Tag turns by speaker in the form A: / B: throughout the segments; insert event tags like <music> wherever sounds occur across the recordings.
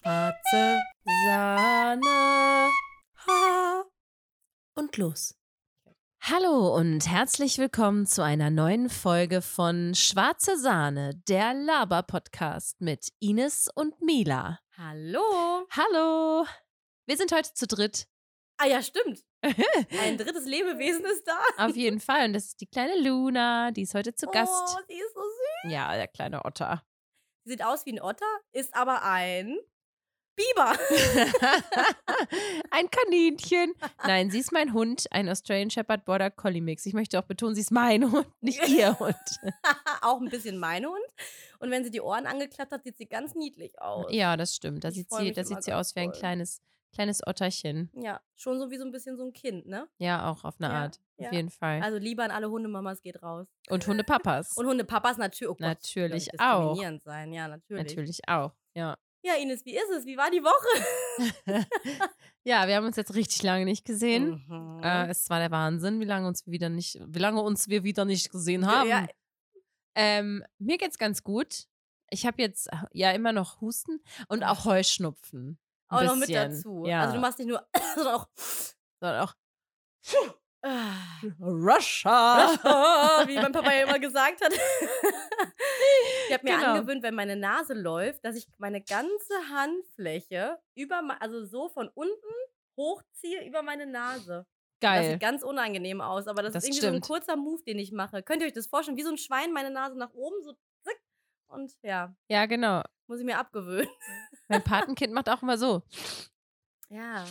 A: Schwarze Sahne. Ha. Und los. Hallo und herzlich willkommen zu einer neuen Folge von Schwarze Sahne, der Laber-Podcast mit Ines und Mila.
B: Hallo.
A: Hallo. Wir sind heute zu dritt.
B: Ah ja,
A: <laughs>
B: stimmt. Ein drittes Lebewesen ist da. <laughs>
A: Auf jeden Fall. Und das ist die kleine Luna. Die ist heute zu Gast.
B: Oh, sie ist so süß.
A: Ja, der kleine Otter. <laughs>
B: Sie sieht aus wie ein Otter, ist aber ein Biber. <laughs>
A: ein Kaninchen. Nein, sie ist mein Hund, ein Australian Shepherd Border Collie Mix. Ich möchte auch betonen, sie ist mein Hund, nicht ihr Hund.
B: Auch ein bisschen mein Hund. Und wenn sie die Ohren angeklappt hat, sieht sie ganz niedlich aus.
A: Ja, das stimmt. Da
B: Ich
A: sieht
B: freu
A: sie,
B: mich
A: da
B: immer
A: sieht sie
B: ganz
A: aus wie ein
B: doll.
A: kleines, kleines Otterchen.
B: Ja, schon so wie so ein bisschen so ein Kind, ne?
A: Ja, auch auf eine
B: Ja,
A: Art.
B: ja.
A: Auf jeden Fall.
B: Also lieber an alle Hundemamas geht raus. <laughs>
A: Und Hundepapas.
B: Und Hundepapas natürlich. Oh Gott, das wird, glaub
A: Natürlich
B: ich,
A: auch.
B: diskriminierend sein, ja, natürlich.
A: Natürlich auch. Ja.
B: Ja, Ines, wie ist es? Wie war die Woche?
A: ja, wir haben uns jetzt richtig lange nicht gesehen.
B: Mhm.
A: Äh, es war der Wahnsinn, wie lange uns wir wieder nicht, wie lange uns wir wieder nicht gesehen haben.
B: Ja,
A: Ähm, mir geht's ganz gut. Ich habe jetzt äh, ja immer noch Husten und auch Heuschnupfen. Ein
B: auch Oh, noch mit
A: bisschen.
B: dazu.
A: Ja.
B: Also du machst nicht nur, <coughs> sondern auch.
A: sondern auch
B: Ah.
A: Russia.
B: Oh, wie mein Papa ja
A: <laughs>
B: immer gesagt hat. Ich habe mir
A: Genau.
B: angewöhnt, wenn meine Nase läuft, dass ich meine ganze Handfläche über, me- also so von unten hochziehe über meine Nase. Das
A: Geil.
B: sieht ganz unangenehm aus, aber das,
A: Das
B: ist irgendwie
A: stimmt.
B: so ein kurzer Move, den ich mache. Könnt ihr euch das vorstellen? Wie so ein Schwein, meine Nase nach oben, so zick. Und ja,
A: Ja, genau.
B: muss ich mir abgewöhnen. <laughs>
A: Mein Patenkind macht auch immer so.
B: Ja.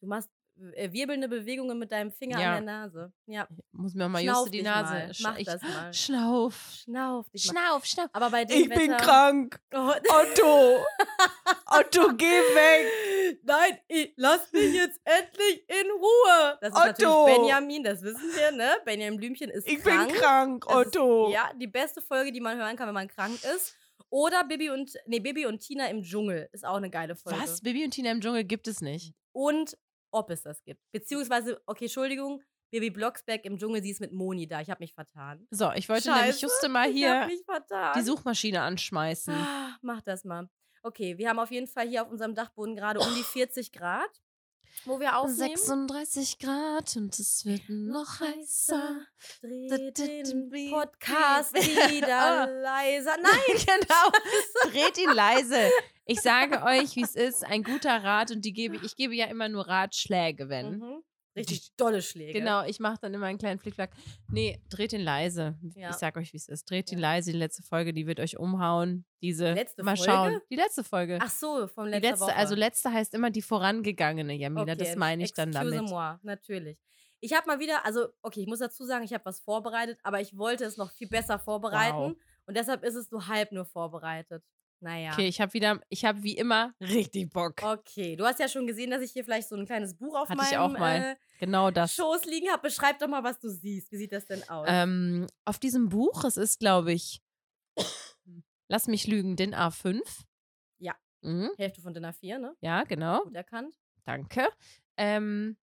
B: Du machst äh, wirbelnde Bewegungen mit deinem Finger
A: Ja.
B: an der Nase. Ja.
A: Muss mir auch mal
B: Schnauf
A: Juste die
B: dich
A: Nase.
B: Mal.
A: Sch-
B: Mach
A: ich-
B: das mal.
A: Schnauf.
B: Schnauf dich mal.
A: Schnauf, schnauf.
B: Aber bei dem
A: Ich
B: Wetter,
A: bin krank.
B: <laughs> Oh, <laughs>
A: Otto. Otto, geh weg.
B: Nein, ich lass mich jetzt endlich in Ruhe. Das ist
A: Otto.
B: natürlich Benjamin, das wissen wir, ne? Benjamin Blümchen ist
A: Ich
B: krank.
A: bin krank,
B: Das ist-
A: Otto.
B: Ja, die beste Folge, die man hören kann, wenn man krank ist. Oder Bibi und nee, Bibi und Tina im Dschungel ist auch eine geile Folge.
A: Was? Bibi und Tina im Dschungel gibt es nicht.
B: Und ob es das gibt. Beziehungsweise, okay, Entschuldigung, Bibi Blocksberg im Dschungel, sie ist mit Moni da. Ich habe mich vertan.
A: So, ich wollte
B: Scheiße,
A: nämlich just mal
B: ich habe
A: hier
B: mich vertan.
A: die Suchmaschine anschmeißen.
B: Ah, Mach das mal. Okay, wir haben auf jeden Fall hier auf unserem Dachboden gerade um die
A: Oh.
B: 40 Grad, wo wir aufnehmen.
A: 36 Grad und es wird noch heißer.
B: Dreht den
A: Wie-
B: Podcast
A: wie- Ah. <laughs>
B: wieder leiser. Nein,
A: genau. Dreht ihn leise. Ich sage euch, wie es ist. Ein guter Rat und die gebe ich gebe ja immer nur Ratschläge, wenn.
B: Mhm. richtig dolle Schläge.
A: Genau, ich mache dann immer einen kleinen Flickflack. Nee, dreht ihn leise.
B: Ja.
A: Ich sag euch, wie es ist. Dreht ihn
B: Ja.
A: leise. Die letzte Folge, die wird euch umhauen. Diese
B: Letzte
A: mal
B: Folge?
A: schauen. Die letzte Folge.
B: Ach so, vom
A: die
B: letzten
A: letzte,
B: Woche.
A: also letzte heißt immer die vorangegangene, Jamila.
B: Okay,
A: das meine ich dann
B: excuse
A: damit.
B: Moi, natürlich. Ich habe mal wieder, also okay, ich muss dazu sagen, ich habe was vorbereitet, aber ich wollte es noch viel besser vorbereiten und deshalb ist es so halb nur vorbereitet. Naja.
A: Okay, ich habe wieder, ich habe wie immer richtig Bock.
B: Oh, Okay, du hast ja schon gesehen, dass ich hier vielleicht so ein kleines Buch auf
A: Hatte
B: meinem
A: ich auch mal. Genau
B: äh,
A: das.
B: Schoß liegen habe. Beschreib doch mal, was du siehst. Wie sieht das denn aus?
A: Ähm, auf diesem Buch, es ist, glaube ich, <coughs> lass mich lügen, DIN A5.
B: Ja.
A: Mhm,
B: Hälfte von Dinner 4, ne?
A: ja, genau.
B: Gut erkannt.
A: Danke. Ähm,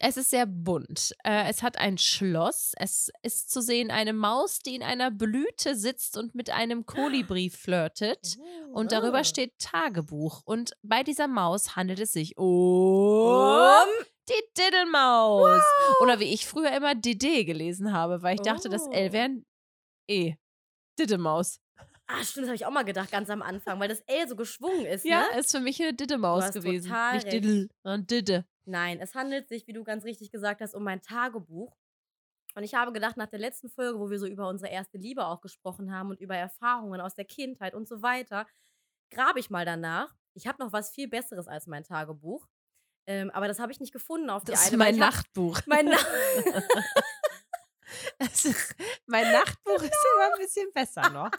A: es ist sehr bunt. Äh, es hat ein Schloss. Es ist zu sehen eine Maus, die in einer Blüte sitzt und mit einem Kolibri
B: <gasps>
A: flirtet.
B: Mhm.
A: Und darüber
B: Ah. Oh.
A: steht Tagebuch. Und bei dieser Maus handelt es sich um
B: Um,
A: die Diddelmaus. Oder wie ich früher immer DD gelesen habe, weil ich dachte, das L
B: Oh.
A: wäre ein E. Diddemaus.
B: ah, stimmt, das habe ich auch mal gedacht, ganz am Anfang, weil das L so geschwungen ist,
A: Ja,
B: ne?
A: ist für mich eine Diddemaus
B: hast
A: gewesen.
B: total
A: Nicht
B: recht.
A: Diddel, sondern Didde.
B: Nein, es handelt sich, wie du ganz richtig gesagt hast, um mein Tagebuch. Und ich habe gedacht, nach der letzten Folge, wo wir so über unsere erste Liebe auch gesprochen haben und über Erfahrungen aus der Kindheit und so weiter, grabe ich mal danach. Ich habe noch was viel Besseres als mein Tagebuch. Ähm, aber das habe ich nicht gefunden auf die
A: Das ist
B: eine, weil
A: mein
B: ich hab-
A: Nachtbuch.
B: Mein Nacht.
A: Es ist, mein Nachtbuch ist immer ein bisschen besser noch.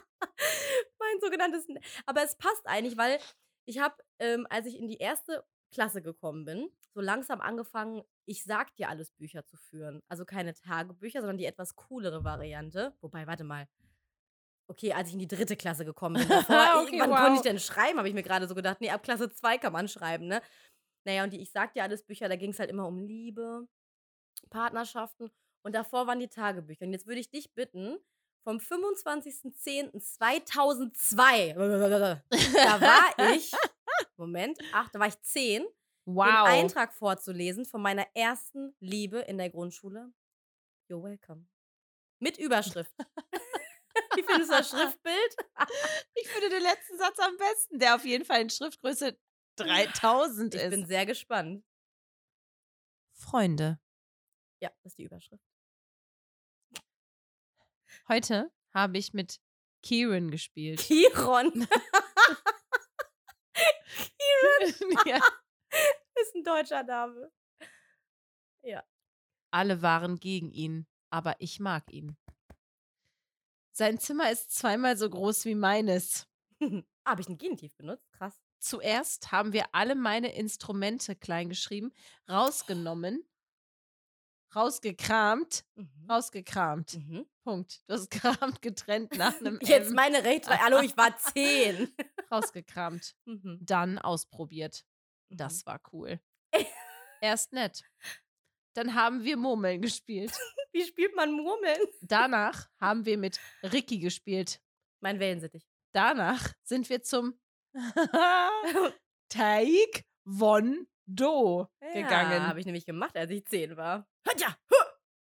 B: mein sogenanntes. N- Aber es passt eigentlich, weil ich habe, ähm, als ich in die erste Klasse gekommen bin, so langsam angefangen, ich sag dir alles Bücher zu führen. Also keine Tagebücher, sondern die etwas coolere Variante. Wobei, warte mal. Okay, als ich in die dritte Klasse gekommen bin,
A: <laughs>
B: davor,
A: Okay,
B: ich, wann
A: wow.
B: konnte ich denn schreiben, habe ich mir gerade so gedacht. Nee, ab Klasse 2 kann man schreiben, ne? Naja, und die Ich sag dir alles Bücher, da ging es halt immer um Liebe, Partnerschaften und davor waren die Tagebücher. Und jetzt würde ich dich bitten, vom
A: <laughs>
B: 25.10.2002, da war ich Moment. Ach, da war ich zehn.
A: Wow.
B: Den Eintrag vorzulesen von meiner ersten Liebe in der Grundschule. You're welcome. Mit Überschrift. <laughs> Wie findest du das Schriftbild?
A: Ich finde den letzten Satz am besten, der auf jeden Fall in Schriftgröße 3000
B: Ich
A: ist.
B: bin sehr gespannt.
A: Freunde,
B: Ja, das ist die Überschrift. <laughs>
A: heute habe ich mit Kieran gespielt.
B: Kiron
A: <laughs> ja.
B: <laughs> ist ein deutscher Name.
A: Alle waren gegen ihn, aber ich mag ihn. Sein Zimmer ist zweimal so groß wie meines.
B: ah, Habe ich einen Genitiv benutzt? Krass.
A: Zuerst haben wir alle meine Instrumente kleingeschrieben, rausgenommen, rausgekramt,
B: Mhm.
A: rausgekramt.
B: Mhm.
A: Punkt. Du <laughs> hast kramt getrennt nach
B: <laughs>
A: einem ähm,
B: Jetzt
A: M.
B: meine Rechte. Hallo, ich war zehn.
A: <laughs> rausgekramt.
B: Mhm.
A: Dann ausprobiert.
B: Mhm.
A: Das war
B: <laughs>
A: cool. Erst nett. Dann haben wir Murmeln gespielt.
B: Wie spielt man Murmeln? <laughs>
A: Danach haben wir mit Ricky gespielt.
B: Mein <laughs> Wellensittich.
A: Danach sind wir zum <laughs> Taekwondo gegangen.
B: Ja, habe ich nämlich gemacht, als ich zehn war. Ja.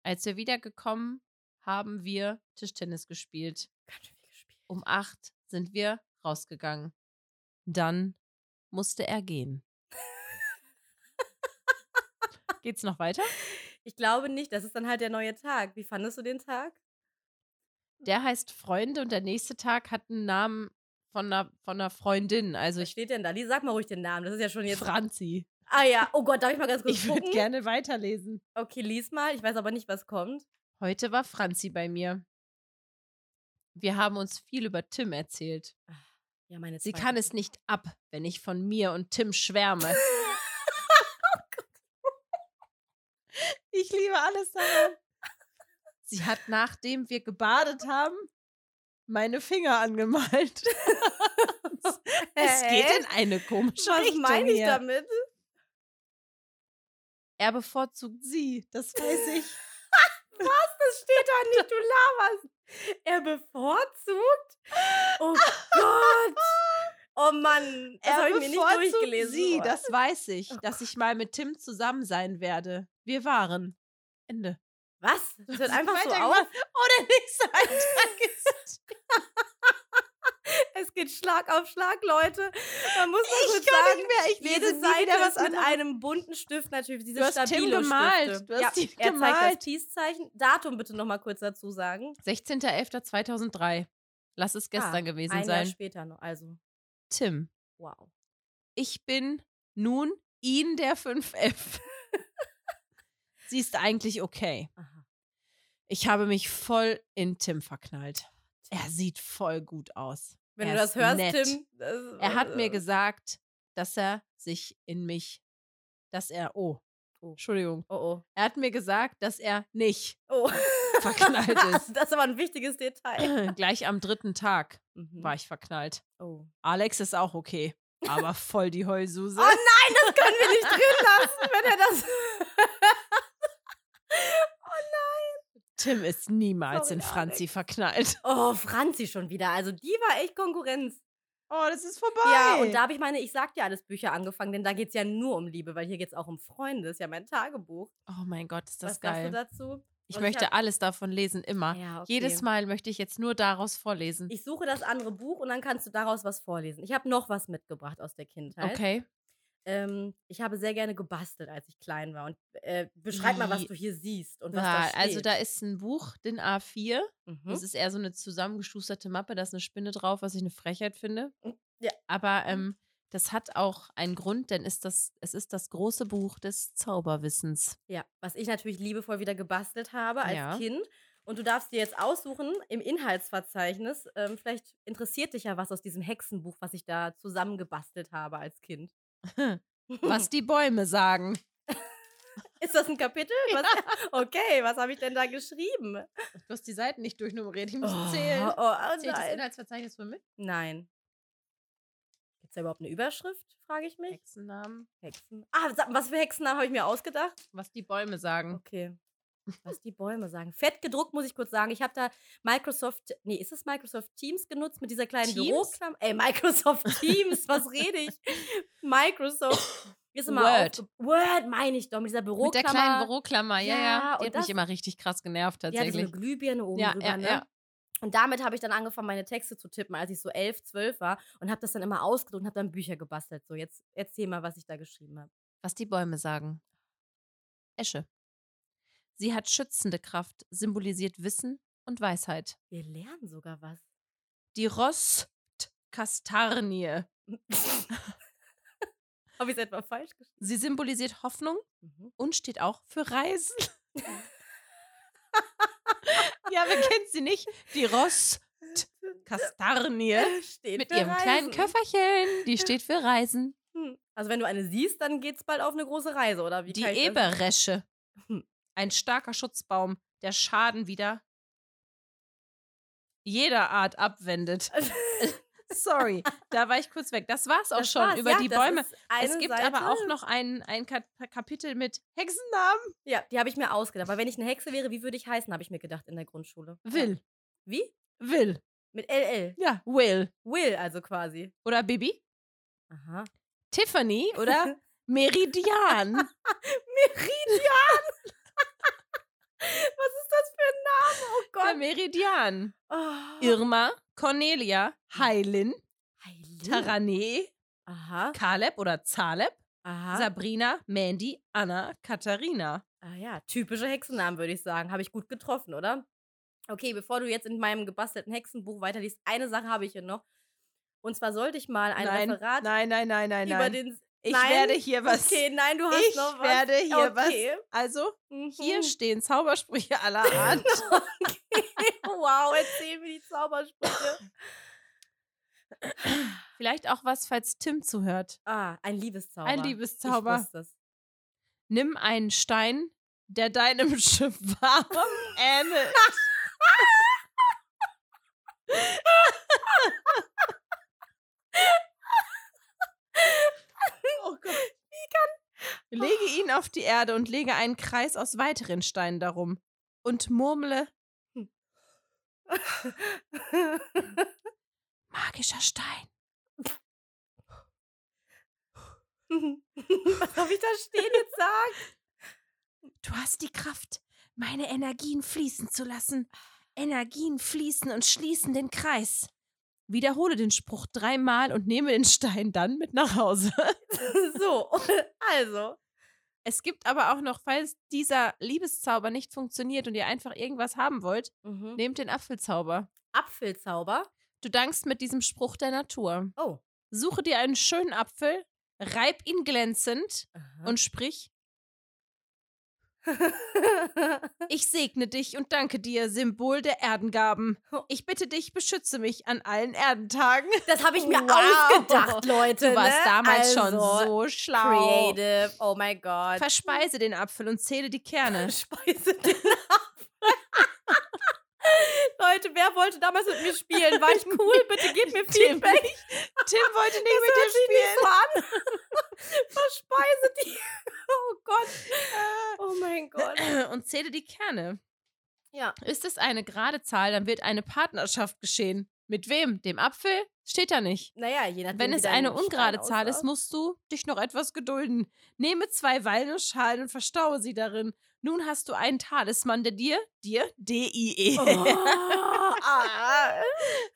A: Als wir wiedergekommen, haben wir Tischtennis gespielt.
B: Ganz schön viel gespielt.
A: Um acht sind wir rausgegangen. Dann musste er gehen. Geht's noch weiter?
B: Ich glaube nicht, das ist dann halt der neue Tag. Wie fandest du den Tag?
A: Der heißt Freunde und der nächste Tag hat einen Namen von einer, von einer Freundin. Also
B: Was
A: ich
B: steht denn da? Lisa, sag mal ruhig den Namen. Das ist ja schon jetzt.
A: Franzi.
B: ah ja, oh Gott, darf ich mal ganz kurz
A: <laughs> Ich würde <laughs>
B: gucken?
A: gerne weiterlesen.
B: Okay, lies mal. Ich weiß aber nicht, was kommt.
A: Heute war Franzi bei mir. Wir haben uns viel über Tim erzählt.
B: Ja, meine
A: Sie
B: zweite- <laughs>
A: kann es nicht ab, wenn ich von mir und Tim schwärme. <laughs> ich liebe alles daran. Sie hat, nachdem wir gebadet haben, meine Finger angemalt. <laughs> es geht in eine
B: <laughs>
A: komische
B: Was
A: Richtung
B: meine ich
A: hier.
B: damit?
A: Er bevorzugt sie, das weiß ich.
B: Das steht da nicht, du laberst. Er bevorzugt? Oh Gott. Oh Mann, das habe ich mir nicht durchgelesen.
A: sie,
B: Oh.
A: das weiß ich,
B: Oh
A: dass ich mal mit Tim zusammen sein werde. Wir waren. Ende.
B: was? Das
A: <laughs>
B: hört einfach so auf.
A: Weitergemacht. Oh, der nächste Eintrag ist.
B: Es geht Schlag auf Schlag, Leute. Man muss das kurz
A: Ich kann
B: sagen.
A: nicht mehr. Ich lese
B: Jede
A: nie
B: Seite
A: wieder was
B: ist mit
A: anderes.
B: einem bunten Stift natürlich. Diese
A: Du hast Tim
B: stabilo
A: gemalt.
B: Stifte.
A: Du hast
B: ja,
A: ihn
B: er zeigt das
A: gemalt.
B: Peace-Zeichen. Datum bitte noch mal kurz dazu sagen.
A: 16.11.2003. Lass es gestern gewesen
B: Ein Jahr
A: sein.
B: später noch. Also,
A: Tim,
B: wow.
A: ich bin nun ihn der 5F. <laughs> Sie ist eigentlich okay.
B: Aha.
A: Ich habe mich voll in Tim verknallt. Er sieht voll gut aus.
B: Wenn
A: Er
B: du das
A: ist
B: hörst,
A: nett.
B: Tim. äh,
A: Er hat mir gesagt, dass er sich in mich, dass er, oh,
B: Oh.
A: Entschuldigung,
B: Oh,
A: er hat mir gesagt, dass er nicht <coughs>
B: oh. oh. <laughs>
A: <laughs> verknallt ist.
B: Das ist aber ein wichtiges Detail.
A: <clears throat> Gleich am dritten Tag
B: Mhm.
A: war ich verknallt.
B: Oh.
A: Alex ist auch okay,
B: <laughs>
A: aber voll die Heulsuse.
B: Oh nein, das können wir nicht drin lassen, wenn er das.
A: Tim ist niemals
B: Sorry,
A: in Franzi verknallt. <laughs>
B: Oh, Franzi schon wieder. Also, die war echt Konkurrenz.
A: Oh, das ist vorbei.
B: Ja, und da habe ich meine Ich sag dir alles Bücher angefangen, denn da geht es ja nur um Liebe, weil hier geht es auch um Freunde. Ist ja mein Tagebuch.
A: oh mein Gott, ist das
B: Was
A: geil.
B: sagst du dazu?
A: ich
B: Und
A: möchte
B: hab-
A: alles davon lesen, immer.
B: ja, okay.
A: Jedes Mal möchte ich jetzt nur daraus vorlesen.
B: Ich suche das andere Buch und dann kannst du daraus was vorlesen. Ich habe noch was mitgebracht aus der Kindheit.
A: Okay.
B: Ähm, ich habe sehr gerne gebastelt, als ich klein war. Und äh, beschreib mal, was
A: Wie-
B: du hier siehst und was da
A: Ja,
B: steht.
A: also da ist ein Buch, den A4. Das
B: Mhm.
A: ist eher so eine zusammengeschusterte Mappe, da ist eine Spinne drauf, was ich eine Frechheit finde.
B: Mhm, Ja.
A: Aber ähm, das hat auch einen Grund, denn ist das, es ist das große Buch des Zauberwissens.
B: Ja, was ich natürlich liebevoll wieder gebastelt habe als
A: Ja.
B: Kind. Und du darfst dir jetzt aussuchen im Inhaltsverzeichnis. Ähm, vielleicht interessiert dich ja was aus diesem Hexenbuch, was ich da zusammengebastelt habe als Kind. <laughs>
A: Was die Bäume sagen.
B: Ist das ein
A: <laughs>
B: Kapitel? Was, okay, was habe ich denn da geschrieben?
A: Du hast die Seiten nicht durchnummeriert, ich muss
B: Oh,
A: zählen.
B: oh, oh
A: Zählt das
B: nein.
A: Inhaltsverzeichnis für mich?
B: Nein. Gibt es da überhaupt eine Überschrift, frage ich mich?
A: Hexennamen.
B: Hexen. Ah, sag, was für Hexennamen habe ich mir ausgedacht?
A: Was die Bäume sagen.
B: Okay. was die Bäume sagen. Fett gedruckt, muss ich kurz sagen. Ich habe da Microsoft, nee, ist es Microsoft Teams genutzt mit dieser kleinen
A: Teams?
B: Büroklammer? Ey,
A: <laughs>
B: Microsoft Teams, was rede ich? Microsoft ist immer
A: Word.
B: aufge- Word meine ich doch, mit dieser Büroklammer.
A: Mit der kleinen Büroklammer, ja,
B: Ja,
A: ja. Die
B: und
A: hat
B: das-
A: mich immer richtig krass genervt,
B: Die hatte so eine
A: tatsächlich.
B: Glühbirne oben
A: Ja,
B: drüber,
A: ja,
B: ne?
A: ja.
B: Und damit habe ich dann angefangen, meine Texte zu tippen, als ich so elf, zwölf war und habe das dann immer ausgedruckt und habe dann Bücher gebastelt. So, jetzt erzähl mal, was ich da geschrieben habe.
A: Was die Bäume sagen. Esche. Sie hat schützende Kraft, symbolisiert Wissen und Weisheit.
B: Wir lernen sogar was.
A: Die Rostkastanie.
B: habe ich es etwa falsch geschrieben?
A: Sie symbolisiert Hoffnung
B: Mhm.
A: und steht auch für Reisen. <laughs> ja, wer kennt sie nicht?
B: <laughs>
A: Die Rostkastanie.
B: Steht
A: Äh, Mit
B: für
A: ihrem kleinen
B: Reisen.
A: Köfferchen. <laughs> Die steht für Reisen.
B: Hm. Also wenn du eine siehst, dann geht's bald auf eine große Reise, oder wie?
A: Die
B: kann ich das-
A: Eberesche.
B: Hm.
A: Ein starker Schutzbaum, der Schaden wieder jeder Art abwendet. <laughs> Sorry, da war ich kurz weg. Das war's auch
B: Das
A: schon
B: war's,
A: über
B: ja,
A: die
B: das
A: Bäume.
B: ist eine
A: Es gibt
B: Seite.
A: aber auch noch ein, ein Ka- Kapitel mit Hexennamen.
B: Ja, die habe ich mir ausgedacht. Aber wenn ich eine Hexe wäre, wie würde ich heißen, habe ich mir gedacht in der Grundschule.
A: Will.
B: Wie?
A: Will.
B: Mit LL.
A: Ja, Will.
B: Will also quasi.
A: Oder Bibi.
B: Aha.
A: Tiffany <laughs> oder <laughs> Meridian.
B: Meridian! <laughs> Was ist das für
A: Der
B: ein Name?
A: Meridian.
B: Oh Gott.
A: Irma, Cornelia, Heilin,
B: Heilig.
A: Taranee,
B: Aha.
A: Kaleb oder Zaleb.
B: Aha.
A: Sabrina, Mandy, Anna, Katharina.
B: Ah ja, typische Hexennamen, würde ich sagen. Habe ich gut getroffen, oder? Okay, bevor du jetzt in meinem gebastelten Hexenbuch weiterliest, eine Sache habe ich hier noch. Und zwar sollte ich mal ein
A: nein,
B: Referat
A: nein, nein, nein, nein,
B: über
A: nein.
B: den.
A: ich
B: nein,
A: werde hier <laughs> was.
B: Okay, nein, du hast
A: ich
B: noch was.
A: werde hier
B: okay.
A: was. Also,
B: Mhm.
A: hier
B: <laughs>
A: stehen Zaubersprüche <laughs> aller Art.
B: wow, erzähl mir die
A: <laughs>
B: Zaubersprüche.
A: Vielleicht auch was, falls Tim zuhört.
B: Ah, ein Liebeszauber.
A: Ein
B: Ich
A: Liebeszauber.
B: wusste es.
A: Nimm einen Stein, der deinem <laughs> Schiff warm ähnelt.
B: Oh Gott. <laughs>
A: Lege ihn auf die Erde und lege einen Kreis aus weiteren Steinen darum und murmle magischer Stein.
B: Was habe ich da stehen jetzt sagen?
A: Du hast die Kraft, meine Energien fließen zu lassen. Energien fließen und schließen den Kreis. Wiederhole den Spruch dreimal und nehme den Stein dann mit nach Hause. <laughs>
B: So, <laughs> also.
A: Es gibt aber auch noch, falls dieser Liebeszauber nicht funktioniert und ihr einfach irgendwas haben wollt,
B: Nee.
A: nehmt den Apfelzauber.
B: Apfelzauber.
A: Du dankst mit diesem Spruch der Natur.
B: Oh.
A: Suche dir einen schönen Apfel, reib ihn glänzend
B: Aha.
A: und sprich: Ich segne dich und danke dir, Symbol der Erdengaben. Ich bitte dich, beschütze mich an allen Erdentagen.
B: das habe ich mir
A: Wow.
B: ausgedacht, Leute.
A: Du warst
B: ne?
A: damals schon
B: Also,
A: so schlau.
B: creative. Oh mein Gott.
A: Verspeise den Apfel und zähle
B: <laughs>
A: die Kerne. <laughs>
B: Speise den ab. <laughs> Leute, wer wollte damals mit mir spielen? War ich
A: <laughs>
B: cool? Bitte gebt mir
A: Tim, Tim
B: Feedback.
A: wollte nicht mit
B: hört
A: dir
B: sich nicht
A: spielen.
B: so an. <laughs> Verspeise die. <laughs> Oh Gott. Oh mein Gott.
A: und zähle die Kerne.
B: Ja.
A: Ist es eine gerade Zahl, dann wird eine Partnerschaft geschehen. Mit wem? Dem Apfel? Steht da nicht.
B: Naja, je nachdem.
A: Wenn
B: wie
A: es
B: dein
A: eine ungerade
B: Stein
A: Zahl ist,
B: aussah.
A: musst du dich noch etwas gedulden. Nehme zwei Walnussschalen und verstaue sie darin. Nun hast du einen Talisman, der dir, dir, <laughs> D-I-E,
B: Oh, <laughs> ah.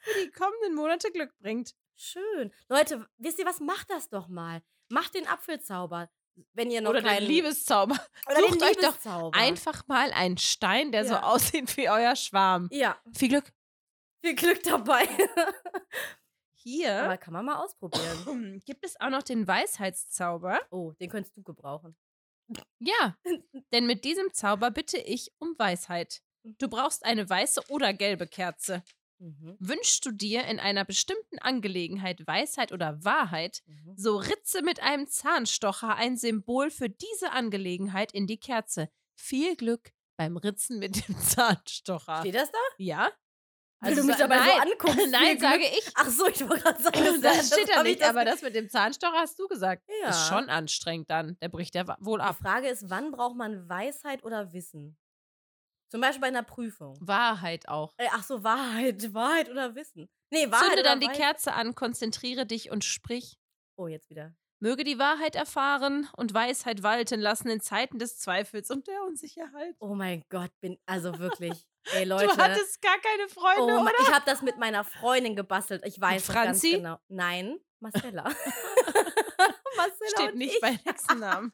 A: für die kommenden Monate Glück bringt.
B: Schön. Leute, wisst ihr was? Macht das doch mal. Macht den Apfelzauber, wenn ihr noch
A: Oder
B: keinen
A: den Liebeszauber.
B: oder den
A: Sucht euch doch
B: Liebeszauber.
A: Einfach mal einen Stein, der so
B: Ja.
A: aussieht wie euer Schwarm.
B: Ja,
A: Viel Glück.
B: viel Glück
A: <laughs>
B: dabei.
A: Hier
B: Aber kann man mal ausprobieren.
A: gibt es auch noch den Weisheitszauber.
B: Oh, den könntest du gebrauchen.
A: Ja, denn mit diesem Zauber bitte ich um Weisheit. Du brauchst eine weiße oder gelbe Kerze.
B: Mhm.
A: Wünschst du dir in einer bestimmten Angelegenheit Weisheit oder Wahrheit,
B: Mhm.
A: so ritze mit einem Zahnstocher ein Symbol für diese Angelegenheit in die Kerze. Viel Glück beim Ritzen mit dem <laughs> Zahnstocher.
B: Steht das da?
A: Ja?
B: Weil du
A: Also
B: mich
A: sa-
B: dabei
A: nein.
B: so anguckst.
A: <laughs> Nein,
B: Viel Glück.
A: sage ich.
B: Ach so, ich wollte gerade
A: <laughs>
B: sagen,
A: Das steht da
B: hab ich
A: nicht,
B: das-
A: aber das mit dem Zahnstocher hast du gesagt.
B: Ja.
A: Ist schon anstrengend dann. Der bricht ja wa- wohl
B: Die
A: ab.
B: Frage ist, wann braucht man Weisheit oder Wissen? Zum Beispiel bei einer Prüfung.
A: Wahrheit auch.
B: Äh, ach so, Wahrheit, <laughs> Wahrheit oder Wissen. Nee, Wahrheit
A: Zünde
B: oder
A: dann die
B: Weis-
A: Kerze an, konzentriere dich und sprich.
B: Oh, jetzt wieder.
A: Möge die Wahrheit erfahren und Weisheit walten lassen in Zeiten des Zweifels und der Unsicherheit.
B: Oh mein Gott, bin also
A: <laughs>
B: wirklich. Ey Leute,
A: Du hattest gar keine
B: oh,
A: Freunde,
B: mein-
A: oder?
B: ich habe das mit meiner Freundin gebastelt. Ich weiß noch ganz
A: Franzi?
B: genau. Nein,
A: <laughs>
B: Marcella. Marcella
A: Steht
B: und
A: nicht
B: ich.
A: bei <laughs> Hexennamen.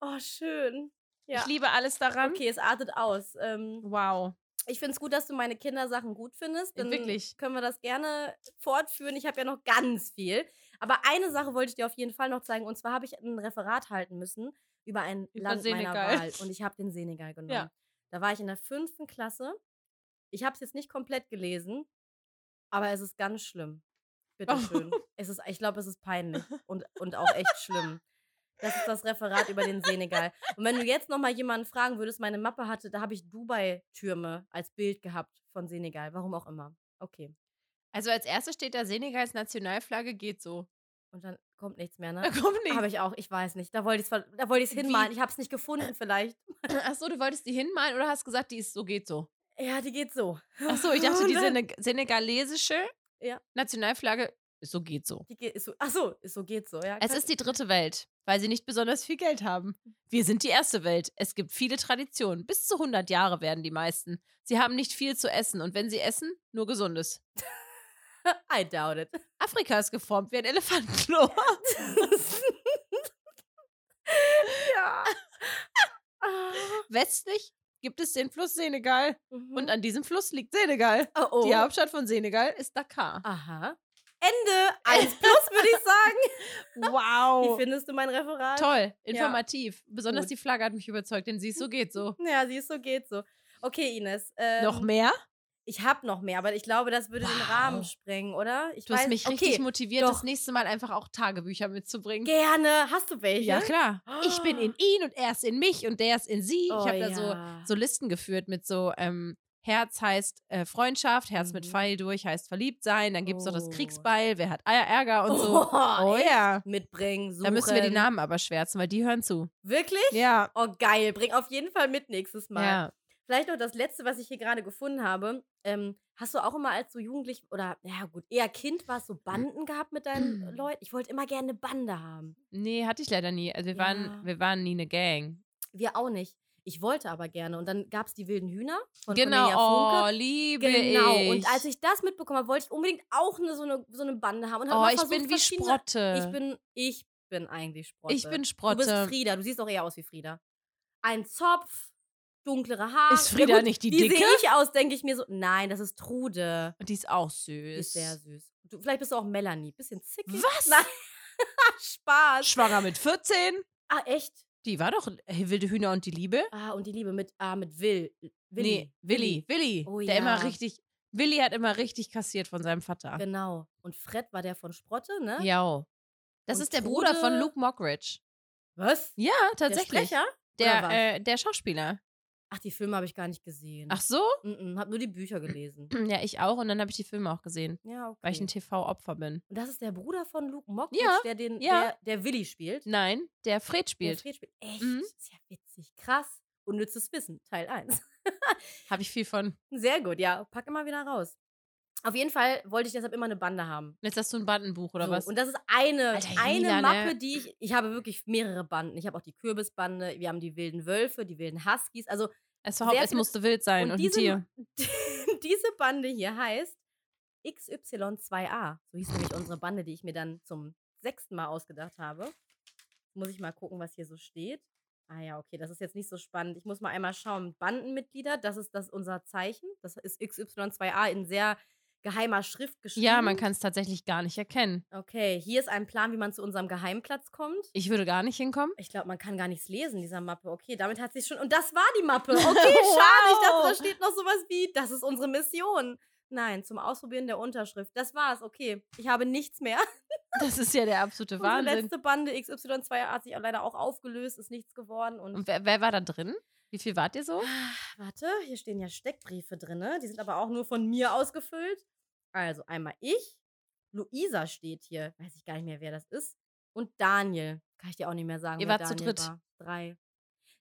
B: Oh, schön. Ja.
A: Ich liebe alles daran.
B: Okay, es artet aus. Ähm,
A: Wow.
B: ich finde es gut, dass du meine Kindersachen gut findest.
A: Ja,
B: Dann
A: wirklich.
B: können wir das gerne fortführen. Ich habe ja noch ganz viel. Aber eine Sache wollte ich dir auf jeden Fall noch zeigen. Und zwar habe ich ein Referat halten müssen über ein
A: Über
B: Land
A: Senegal.
B: meiner Wahl. Und ich habe den Senegal genommen.
A: <laughs> Ja.
B: Da war ich in der fünften Klasse. Ich habe es jetzt nicht komplett gelesen, aber es ist ganz schlimm.
A: Oh.
B: Bitteschön. Es ist, ich glaube, es ist peinlich
A: <laughs>
B: und, und auch echt schlimm. Das ist das Referat über den Senegal. Und wenn du jetzt noch mal jemanden fragen würdest, meine Mappe hatte, da habe ich Dubai-Türme als Bild gehabt von Senegal. Warum auch immer. Okay.
A: Also als erstes steht da Senegals Nationalflagge geht so.
B: Und dann kommt nichts mehr,
A: Da
B: ne?
A: kommt nichts.
B: Habe ich auch. Ich weiß nicht. Da wollte ich es da wollte ich's
A: Wie?
B: hinmalen. Ich habe es nicht gefunden vielleicht.
A: Achso, du wolltest die hinmalen oder hast gesagt, die ist so geht so.
B: Ja, die geht so.
A: Achso, ich dachte, die
B: Oder?
A: Sene- senegalesische
B: Oh, Ja.
A: Nationalflagge ist so geht so.
B: Die geht ist so. Ach so, ist so geht so. Ja,
A: Es
B: kann-
A: ist die dritte Welt, weil sie nicht besonders viel Geld haben. Wir sind die erste Welt. Es gibt viele Traditionen. Bis zu 100 Jahre werden die meisten. Sie haben nicht viel zu essen und wenn sie essen, nur Gesundes.
B: <laughs> I doubt it.
A: Afrika ist geformt wie ein <laughs> Elefantenklo.
B: <laughs> ja.
A: Westlich gibt es den Fluss Senegal und
B: Und äh,
A: an diesem Fluss liegt Senegal.
B: oh, Mhm. oh.
A: Die Hauptstadt von Senegal ist Dakar.
B: Aha. Ende. Eins plus, würde ich sagen. <laughs> Oh. Wie
A: Wow.
B: findest du mein Referat?
A: Toll,
B: Ah, Ja.
A: informativ. Besonders
B: Gut.
A: die Flagge hat mich überzeugt, denn sie
B: <laughs>
A: ist so geht so.
B: Ja, siehst du, geht so. Okay, Ines. Ähm,
A: Noch mehr?
B: Ich habe noch mehr, aber ich glaube, das würde den
A: Wow.
B: Rahmen sprengen, oder? Ich
A: Du hast mich richtig
B: okay,
A: motiviert,
B: doch.
A: das nächste Mal einfach auch Tagebücher mitzubringen.
B: gerne. Hast du welche?
A: Ja, klar. Ich bin in ihn und er ist in mich und der ist in sie.
B: Oh,
A: ich habe
B: ja.
A: da so,
B: <laughs>
A: so Listen geführt mit so ähm, Herz heißt äh, Freundschaft, Herz mit
B: Mhm.
A: Pfeil durch heißt verliebt sein, dann gibt es noch das
B: Oh.
A: Kriegsbeil, wer hat Eier- Ärger und so.
B: Oh,
A: Oh
B: echt?
A: ja.
B: Mitbringen, suchen.
A: Da müssen wir die Namen aber schwärzen, weil die hören zu.
B: Wirklich?
A: Ja.
B: Oh, geil. Bring auf jeden Fall mit nächstes Mal.
A: ja.
B: Vielleicht noch das letzte, was ich hier gerade gefunden habe. Ähm, hast du auch immer als so jugendlich oder, ja gut, eher Kind warst,
A: Hm.
B: so Banden gehabt mit
A: <clears throat>
B: deinen äh, Leuten? Ich wollte immer gerne eine Bande haben.
A: Nee, hatte ich leider nie. Also wir,
B: Ja.
A: waren, wir waren nie eine Gang.
B: Wir auch nicht. Ich wollte aber gerne. Und dann gab es die wilden Hühner von
A: genau,
B: Cornelia Funke.
A: oh, liebe
B: Genau,
A: ich.
B: und als ich das mitbekommen habe, wollte ich unbedingt auch eine, so, eine, so eine Bande haben. Und hab
A: oh,
B: immer
A: ich
B: versucht,
A: bin wie
B: verschiedene-
A: Sprotte.
B: Ich bin, ich bin eigentlich Sprotte.
A: ich bin
B: Du bist
A: Sprotte.
B: Frieda, du siehst auch eher aus wie Frieda. Ein Zopf, dunklere Haare.
A: Ist Frieda
B: Ja, gut,
A: nicht die
B: Wie
A: Dicke?
B: sehe ich aus, denke ich mir so. Nein, das ist Trude.
A: Und die ist auch
B: Die ist
A: süß.
B: sehr süß. Du, vielleicht bist du auch Melanie. Bisschen zickig.
A: Was?
B: <laughs> Nein. Spaß.
A: Schwanger mit 14?
B: ah, echt?
A: Die war doch äh, Wilde Hühner und die Liebe?
B: Ah, und die Liebe mit, ah, mit Will. Willi.
A: Nee, Willi, Willi.
B: Oh
A: der
B: ja.
A: immer richtig, Willi hat immer richtig kassiert von seinem Vater.
B: Genau. Und Fred war der von Sprotte, ne?
A: Ja. Das
B: Und
A: ist der
B: Trude-
A: Bruder von Luke Mockridge.
B: Was?
A: Ja,
B: Der
A: tatsächlich.
B: Sprecher?
A: Der,
B: Oder was? Hm.
A: äh, der Schauspieler.
B: Ach, die Filme habe ich gar nicht gesehen.
A: Ach so? <clears throat>
B: Mm -mm, hab nur die Bücher gelesen.
A: Ja, ich auch. Und dann habe ich die Filme auch gesehen,
B: ja, okay.
A: weil ich ein TV-Opfer bin.
B: Und das ist der Bruder von Luke Mockridge,
A: Ja,
B: der den,
A: ja.
B: der, der Willi spielt.
A: Nein, der Fred
B: Der
A: spielt.
B: Fred spielt. Echt?
A: Mhm.
B: Ist ja witzig. Krass. Unnützes Wissen, Teil 1.
A: Habe ich viel von.
B: Sehr gut, ja. Pack immer wieder raus. Auf jeden Fall wollte ich deshalb immer eine Bande haben.
A: Jetzt hast du ein Bandenbuch oder
B: so,
A: was?
B: Und das ist eine,
A: Alter,
B: eine
A: Janina, ne?
B: Mappe, die ich. Ich habe wirklich mehrere Banden. Ich habe auch die Kürbisbande, wir haben die wilden Wölfe, die wilden Huskies. Also
A: Es, war,
B: sehr
A: es
B: viele-
A: musste wild sein und, ein
B: diese,
A: Tier.
B: <laughs> diese Bande hier heißt XY2A. So hieß nämlich unsere Bande, die ich mir dann zum sechsten Mal ausgedacht habe. Muss ich mal gucken, was hier so steht. Ah ja, okay, das ist jetzt nicht so spannend. Ich muss mal einmal schauen. Bandenmitglieder, das ist das unser Zeichen. Das ist XY2A in sehr geheimer Schrift geschrieben.
A: Ja, man kann es tatsächlich gar nicht erkennen.
B: Okay, hier ist ein Plan, wie man zu unserem Geheimplatz kommt.
A: Ich würde gar nicht hinkommen. <laughs>
B: Ich glaube, man kann gar nichts lesen, dieser Mappe. Okay, damit hat sich schon. Und das war die
A: <laughs>
B: Mappe. Okay, schade. Ich dachte, da
A: Wow.
B: steht noch sowas wie: Das ist unsere Mission. Nein, zum Ausprobieren der Unterschrift. Das war's. Okay, ich habe nichts mehr.
A: Das ist ja der
B: <laughs>
A: absolute
B: Unsere
A: Wahnsinn.
B: letzte Bande XY2 hat sich auch leider auch aufgelöst, ist nichts geworden. Und
A: Und wer, wer war da drin? Wie viel wart ihr so?
B: warte, hier stehen ja Steckbriefe drin. Ne? Die sind aber auch nur von mir ausgefüllt. Also einmal ich. Luisa steht hier. Weiß ich gar nicht mehr, wer das ist. Und Daniel. Kann ich dir auch nicht mehr sagen.
A: Ihr
B: wer
A: wart zu
B: Daniel
A: dritt.
B: War. Drei.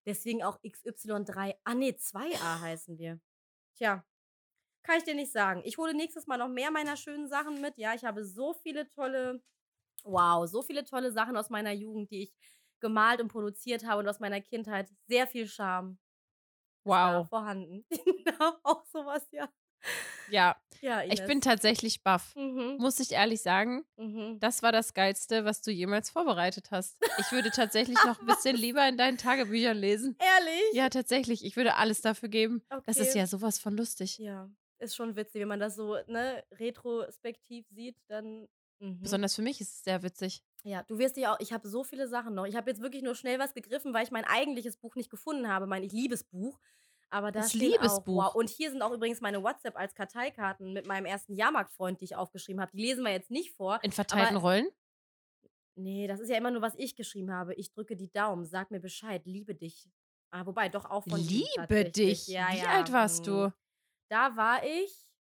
B: Deswegen auch XY3. Ah, nee, 2a heißen wir. Tja, kann ich dir nicht sagen. Ich hole nächstes Mal noch mehr meiner schönen Sachen mit. Ja, ich habe so viele tolle, wow, so viele tolle Sachen aus meiner Jugend, die ich gemalt und produziert habe und aus meiner Kindheit. Sehr viel Charme. war
A: Wow.
B: Vorhanden. <laughs> Genau, auch sowas, ja.
A: Ja,
B: Ja, Ines.
A: ich bin tatsächlich baff.
B: Mhm,
A: Muss ich ehrlich sagen,
B: mhm.
A: das war das Geilste, was du jemals vorbereitet hast. Ich würde tatsächlich
B: <laughs>
A: noch ein bisschen lieber in deinen Tagebüchern lesen.
B: Ehrlich?
A: Ja, tatsächlich. Ich würde alles dafür geben.
B: okay.
A: Das ist ja sowas von lustig.
B: Ja, ist schon witzig, wenn man das so ne, retrospektiv sieht, dann. Mhm.
A: Besonders für mich ist es sehr witzig.
B: Ja, du wirst dich auch. Ich habe so viele Sachen noch. Ich habe jetzt wirklich nur schnell was gegriffen, weil ich mein eigentliches Buch nicht gefunden habe, mein ich Liebesbuch. Aber da
A: Das
B: stehen
A: Liebesbuch.
B: Auch, wow. Und hier sind auch übrigens meine WhatsApp als Karteikarten mit meinem ersten Jahrmarktfreund, die ich aufgeschrieben habe. Die lesen wir jetzt nicht vor.
A: In verteilten Rollen?
B: Nee, Ne, das ist ja immer nur, was ich geschrieben habe. Ich drücke die Daumen, sag mir Bescheid, liebe dich. Ah, wobei, doch auch von ihm
A: Liebe
B: tatsächlich.
A: dich.
B: Ja,
A: Wie
B: ja.
A: alt warst
B: hm.
A: du?
B: Da war ich,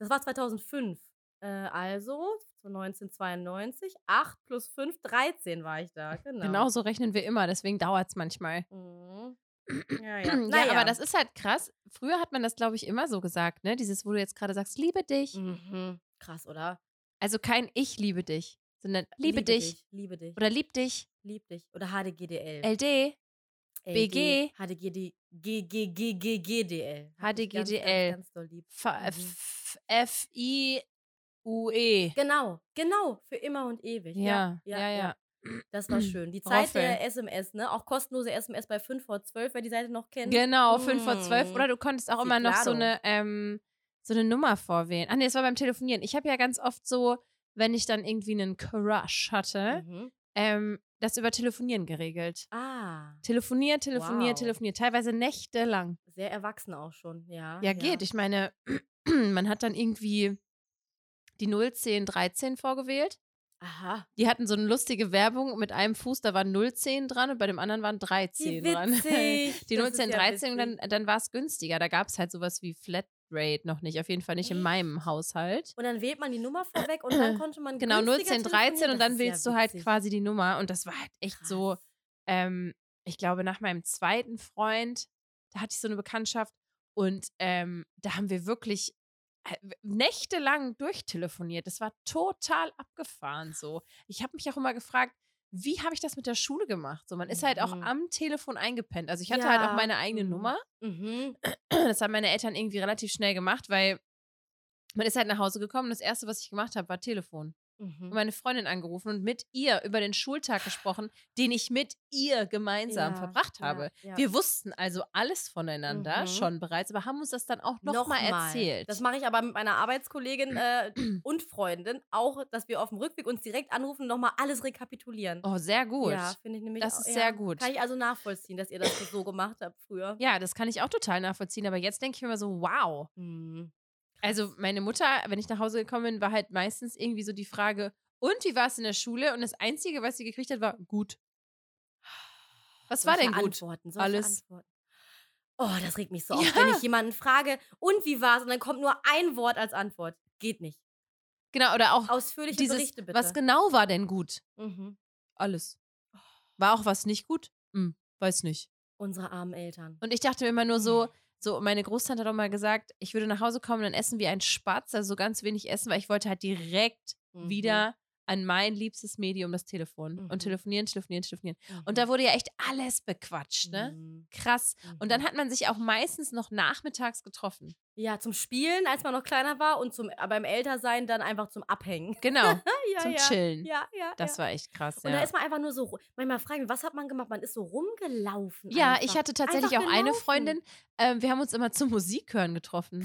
B: das war 2005, äh, also so 1992, 8 plus 5, 13 war ich da, genau.
A: Genau so rechnen wir immer, deswegen dauert es manchmal.
B: Mhm.
A: <clears throat>
B: Ja, ja.
A: Ja,
B: Naja.
A: aber das ist halt krass. Früher hat man das, glaube ich, immer so gesagt, ne? Dieses, wo du jetzt gerade sagst, liebe dich.
B: Mhm. Krass, oder?
A: Also kein Ich liebe dich, sondern liebe, dich.
B: Liebe dich. Oder
A: oder lieb dich,
B: lieb dich. Oder HDGDL.
A: LD, BG.
B: HDGD. GGGGGDL. Hab ich Ganz,
A: HDGDL.
B: ganz, ganz doll lieb.
A: F- F- F-I-U-E.
B: Genau, genau. Für immer und ewig.
A: Ja, ja, ja.
B: Das
A: <clears throat>
B: war schön. Die
A: Raufel.
B: Zeit der SMS, ne? Auch kostenlose SMS bei 5 vor 12, wer die Seite noch kennt.
A: Genau, 5 vor 12.
B: Mm.
A: Oder du konntest auch immer noch so
B: Ciclado.
A: eine, ähm, so eine Nummer vorwählen. Ach nee, das war beim Telefonieren. Ich habe ja ganz oft so, wenn ich dann irgendwie einen Crush hatte,
B: Mhm.
A: ähm, das über Telefonieren geregelt.
B: Ah,
A: Telefonier, telefonier,
B: Wow.
A: telefonier. Teilweise nächtelang.
B: sehr erwachsen auch schon, Ah, ja.
A: Ja, geht. Ich meine, <clears throat> man hat dann irgendwie die 010, 13 vorgewählt.
B: Aha,
A: Die hatten so eine lustige Werbung mit einem Fuß, da war 010 dran und bei dem anderen waren
B: wie
A: 13 <laughs> dran.
B: witzig.
A: Die
B: Das ist
A: 010,
B: ja
A: 13 und
B: witzig.
A: dann, dann war es günstiger. Da gab es halt sowas wie Flatrate noch nicht. Auf jeden Fall nicht in
B: Echt?
A: meinem Haushalt.
B: Und dann wählt man die Nummer vorweg und
A: <clears throat>
B: dann konnte man
A: Genau,
B: günstiger
A: 010, 13
B: telefonieren. Das
A: und dann
B: ist ja
A: wählst du halt
B: witzig.
A: quasi die Nummer. Und das war halt echt so,
B: Krass.
A: ähm, ich glaube, nach meinem zweiten Freund, da hatte ich so eine Bekanntschaft und ähm, da haben wir wirklich äh, nächtelang durchtelefoniert. Das war total abgefahren so. Ich habe mich auch immer gefragt, wie habe ich das mit der Schule gemacht? So, man ist halt auch
B: Mhm.
A: am Telefon eingepennt. Also ich hatte halt auch
B: Ja,
A: meine eigene
B: mhm.
A: Nummer.
B: Mhm.
A: Das haben meine Eltern irgendwie relativ schnell gemacht, weil man ist halt nach Hause gekommen und das Erste, was ich gemacht habe, war Telefon und
B: Mhm.
A: meine Freundin angerufen und mit ihr über den Schultag gesprochen, den ich mit ihr gemeinsam
B: Ja,
A: verbracht
B: ja,
A: habe.
B: ja.
A: Wir wussten also alles voneinander
B: Mhm.
A: schon bereits, aber haben uns das dann auch nochmal erzählt.
B: Das mache ich aber mit meiner Arbeitskollegin
A: <clears throat>
B: äh, und Freundin auch, dass wir auf dem Rückweg uns direkt anrufen und nochmal alles rekapitulieren.
A: oh, sehr gut.
B: Ja,
A: Ja.
B: finde ich nämlich
A: Das
B: auch,
A: ist
B: ja.
A: sehr gut.
B: Kann ich also nachvollziehen, dass ihr das so gemacht habt früher.
A: das kann ich auch total nachvollziehen, aber jetzt denke ich mir immer so, wow.
B: Mhm.
A: Also meine Mutter, wenn ich nach Hause gekommen bin, war halt meistens irgendwie so die Frage, und wie war es in der Schule? Und das Einzige, was sie gekriegt hat, war gut. Was war
B: Solche
A: denn gut?
B: Antworten, solche
A: Alles.
B: Antworten. Oh, das regt mich so auf, wenn ich jemanden frage, und wie war's? Und dann kommt nur ein Wort als Antwort. Geht nicht.
A: Genau, oder auch
B: Ausführliche
A: dieses,
B: Berichte bitte.
A: was genau war denn gut?
B: mhm.
A: Alles. War auch was nicht gut? Hm, weiß nicht.
B: Unsere armen Eltern.
A: Und ich dachte mir immer
B: Hm.
A: nur so, so meine Großtante hat auch mal gesagt, ich würde nach Hause kommen und dann essen wie ein Spatz, also so ganz wenig essen, weil ich wollte halt direkt
B: Mhm.
A: wieder an mein liebstes Medium, das Telefon.
B: Mhm.
A: Und telefonieren, telefonieren, telefonieren.
B: Mhm.
A: Und da wurde ja echt alles bequatscht, ne?
B: Mhm.
A: Krass. Und dann
B: Mhm.
A: hat man sich auch meistens noch nachmittags getroffen.
B: <laughs> Ja, zum Spielen, als man noch kleiner war, und
A: äh,
B: zum, beim Ältersein dann einfach zum Abhängen.
A: Genau,
B: Ja,
A: zum
B: ja.
A: Chillen.
B: Ja, ja.
A: Das
B: ja.
A: war echt krass.
B: Und da
A: Ja,
B: ist man einfach nur so, ru- manchmal fragen, wir, was hat man gemacht? Man ist so rumgelaufen.
A: ja
B: einfach.
A: ich hatte tatsächlich auch
B: Einfach
A: eine
B: gelaufen.
A: Freundin, ähm, wir haben uns immer zum Musik hören getroffen.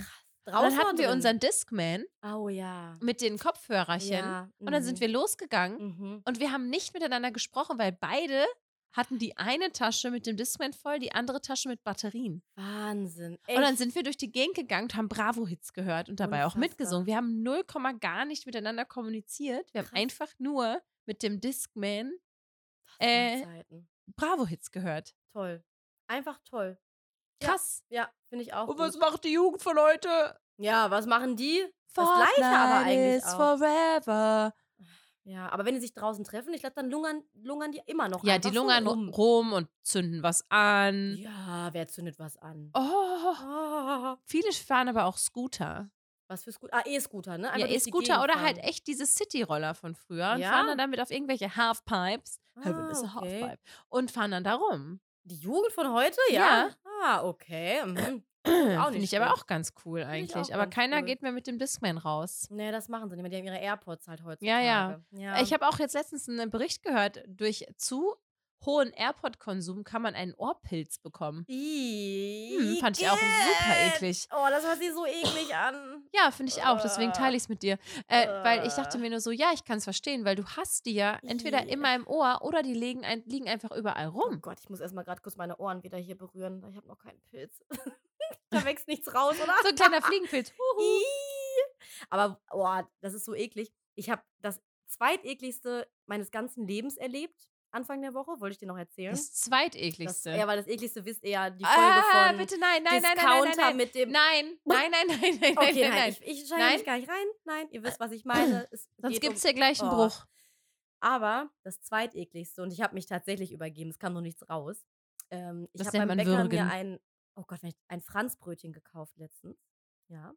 A: Und
B: Draußen
A: dann hatten
B: oder
A: wir
B: drin?
A: unseren Discman
B: Oh ja.
A: mit den Kopfhörerchen
B: ja
A: und dann sind wir losgegangen
B: Mhm.
A: und wir haben nicht miteinander gesprochen, weil beide hatten die eine Tasche mit dem Discman voll, die andere Tasche mit Batterien.
B: Wahnsinn.
A: Und dann sind wir durch die Gegend gegangen und haben Bravo-Hits gehört und dabei auch
B: Unfassbar.
A: mitgesungen. Wir haben null Komma gar nicht miteinander kommuniziert. Wir haben
B: Krass.
A: einfach nur mit dem Discman
B: Das waren
A: äh,
B: Zeiten.
A: Bravo-Hits gehört.
B: Toll. Einfach toll. Ja.
A: Krass.
B: Ja, finde ich auch. gut.
A: macht die Jugend von heute?
B: ja, was machen die? Das Gleiche aber eigentlich
A: is
B: auch.
A: forever.
B: Ja, aber wenn die sich draußen treffen, ich glaube, dann lungern, lungern die immer noch.
A: Ja,
B: einfach
A: die
B: so
A: lungern rum. rum und zünden was an.
B: Ja, wer zündet was an?
A: Oh,
B: Ah,
A: viele fahren aber auch Scooter.
B: was für Scooter? Ah, E-Scooter, ne?
A: ja,
B: Einfach durch die
A: E-Scooter
B: Gegend
A: oder halt
B: fahren.
A: echt diese City-Roller von früher und
B: Ja.
A: fahren dann damit auf irgendwelche Halfpipes. Heaven is a
B: Ah, okay.
A: Halfpipe. Und fahren dann da rum.
B: Die Jugend von heute? Ja.
A: Ja.
B: Ah, okay. Mhm.
A: Finde
B: nicht
A: ich aber
B: schlecht.
A: auch ganz cool
B: ich auch
A: eigentlich. Aber
B: ganz
A: keiner
B: cool.
A: geht mehr mit dem Discman raus.
B: Nee, Ne, das machen sie nicht mehr. Die haben ihre AirPods halt heutzutage.
A: Ja, ja.
B: ja.
A: Ich habe auch jetzt letztens einen Bericht gehört, durch zu hohen AirPod-Konsum kann man einen Ohrpilz bekommen. Hm, fand ich auch super
B: Igitt.
A: eklig.
B: Oh, das hört sich so eklig an.
A: Ja, finde ich auch. Deswegen teile ich es mit dir. Äh, weil ich dachte
B: Äh.
A: mir nur so, ja, ich kann es verstehen, weil du hast die ja entweder
B: Ih.
A: immer im Ohr oder die liegen, ein, liegen einfach überall
B: Oh
A: rum.
B: Gott, ich muss erstmal gerade kurz meine Ohren wieder hier berühren. weil Ich habe noch keinen Pilz. <laughs> da wächst nichts raus, oder?
A: So ein
B: <laughs>
A: kleiner Fliegenpilz. Huhu.
B: Ih. Aber boah, das ist so eklig. Ich habe das zweitekligste meines ganzen Lebens erlebt. Anfang der Woche wollte ich dir noch erzählen.
A: Das
B: das,
A: zweitekligste.
B: ja, weil das ekligste wisst ihr ja die Folge
A: ah,
B: von
A: bitte nein, nein, nein,
B: Discounter
A: nein, nein, nein.
B: mit dem <laughs>
A: Nein, nein, nein, nein, nein,
B: Okay,
A: nein,
B: nein,
A: nein.
B: ich, ich steige
A: Nein. Äh,
B: mich gar nicht rein. Nein, ihr wisst, was ich meine. Es
A: Sonst
B: geht
A: gibt es
B: um,
A: hier gleich einen
B: Oh.
A: Bruch.
B: Aber das zweitekligste, und ich habe mich tatsächlich übergeben, es kam noch nichts raus. Ähm, ich
A: Das
B: habe
A: nennt
B: beim
A: man
B: Bäcker
A: würgen.
B: mir ein, oh Gott, wenn ich- ein Franzbrötchen gekauft letztens. Ja.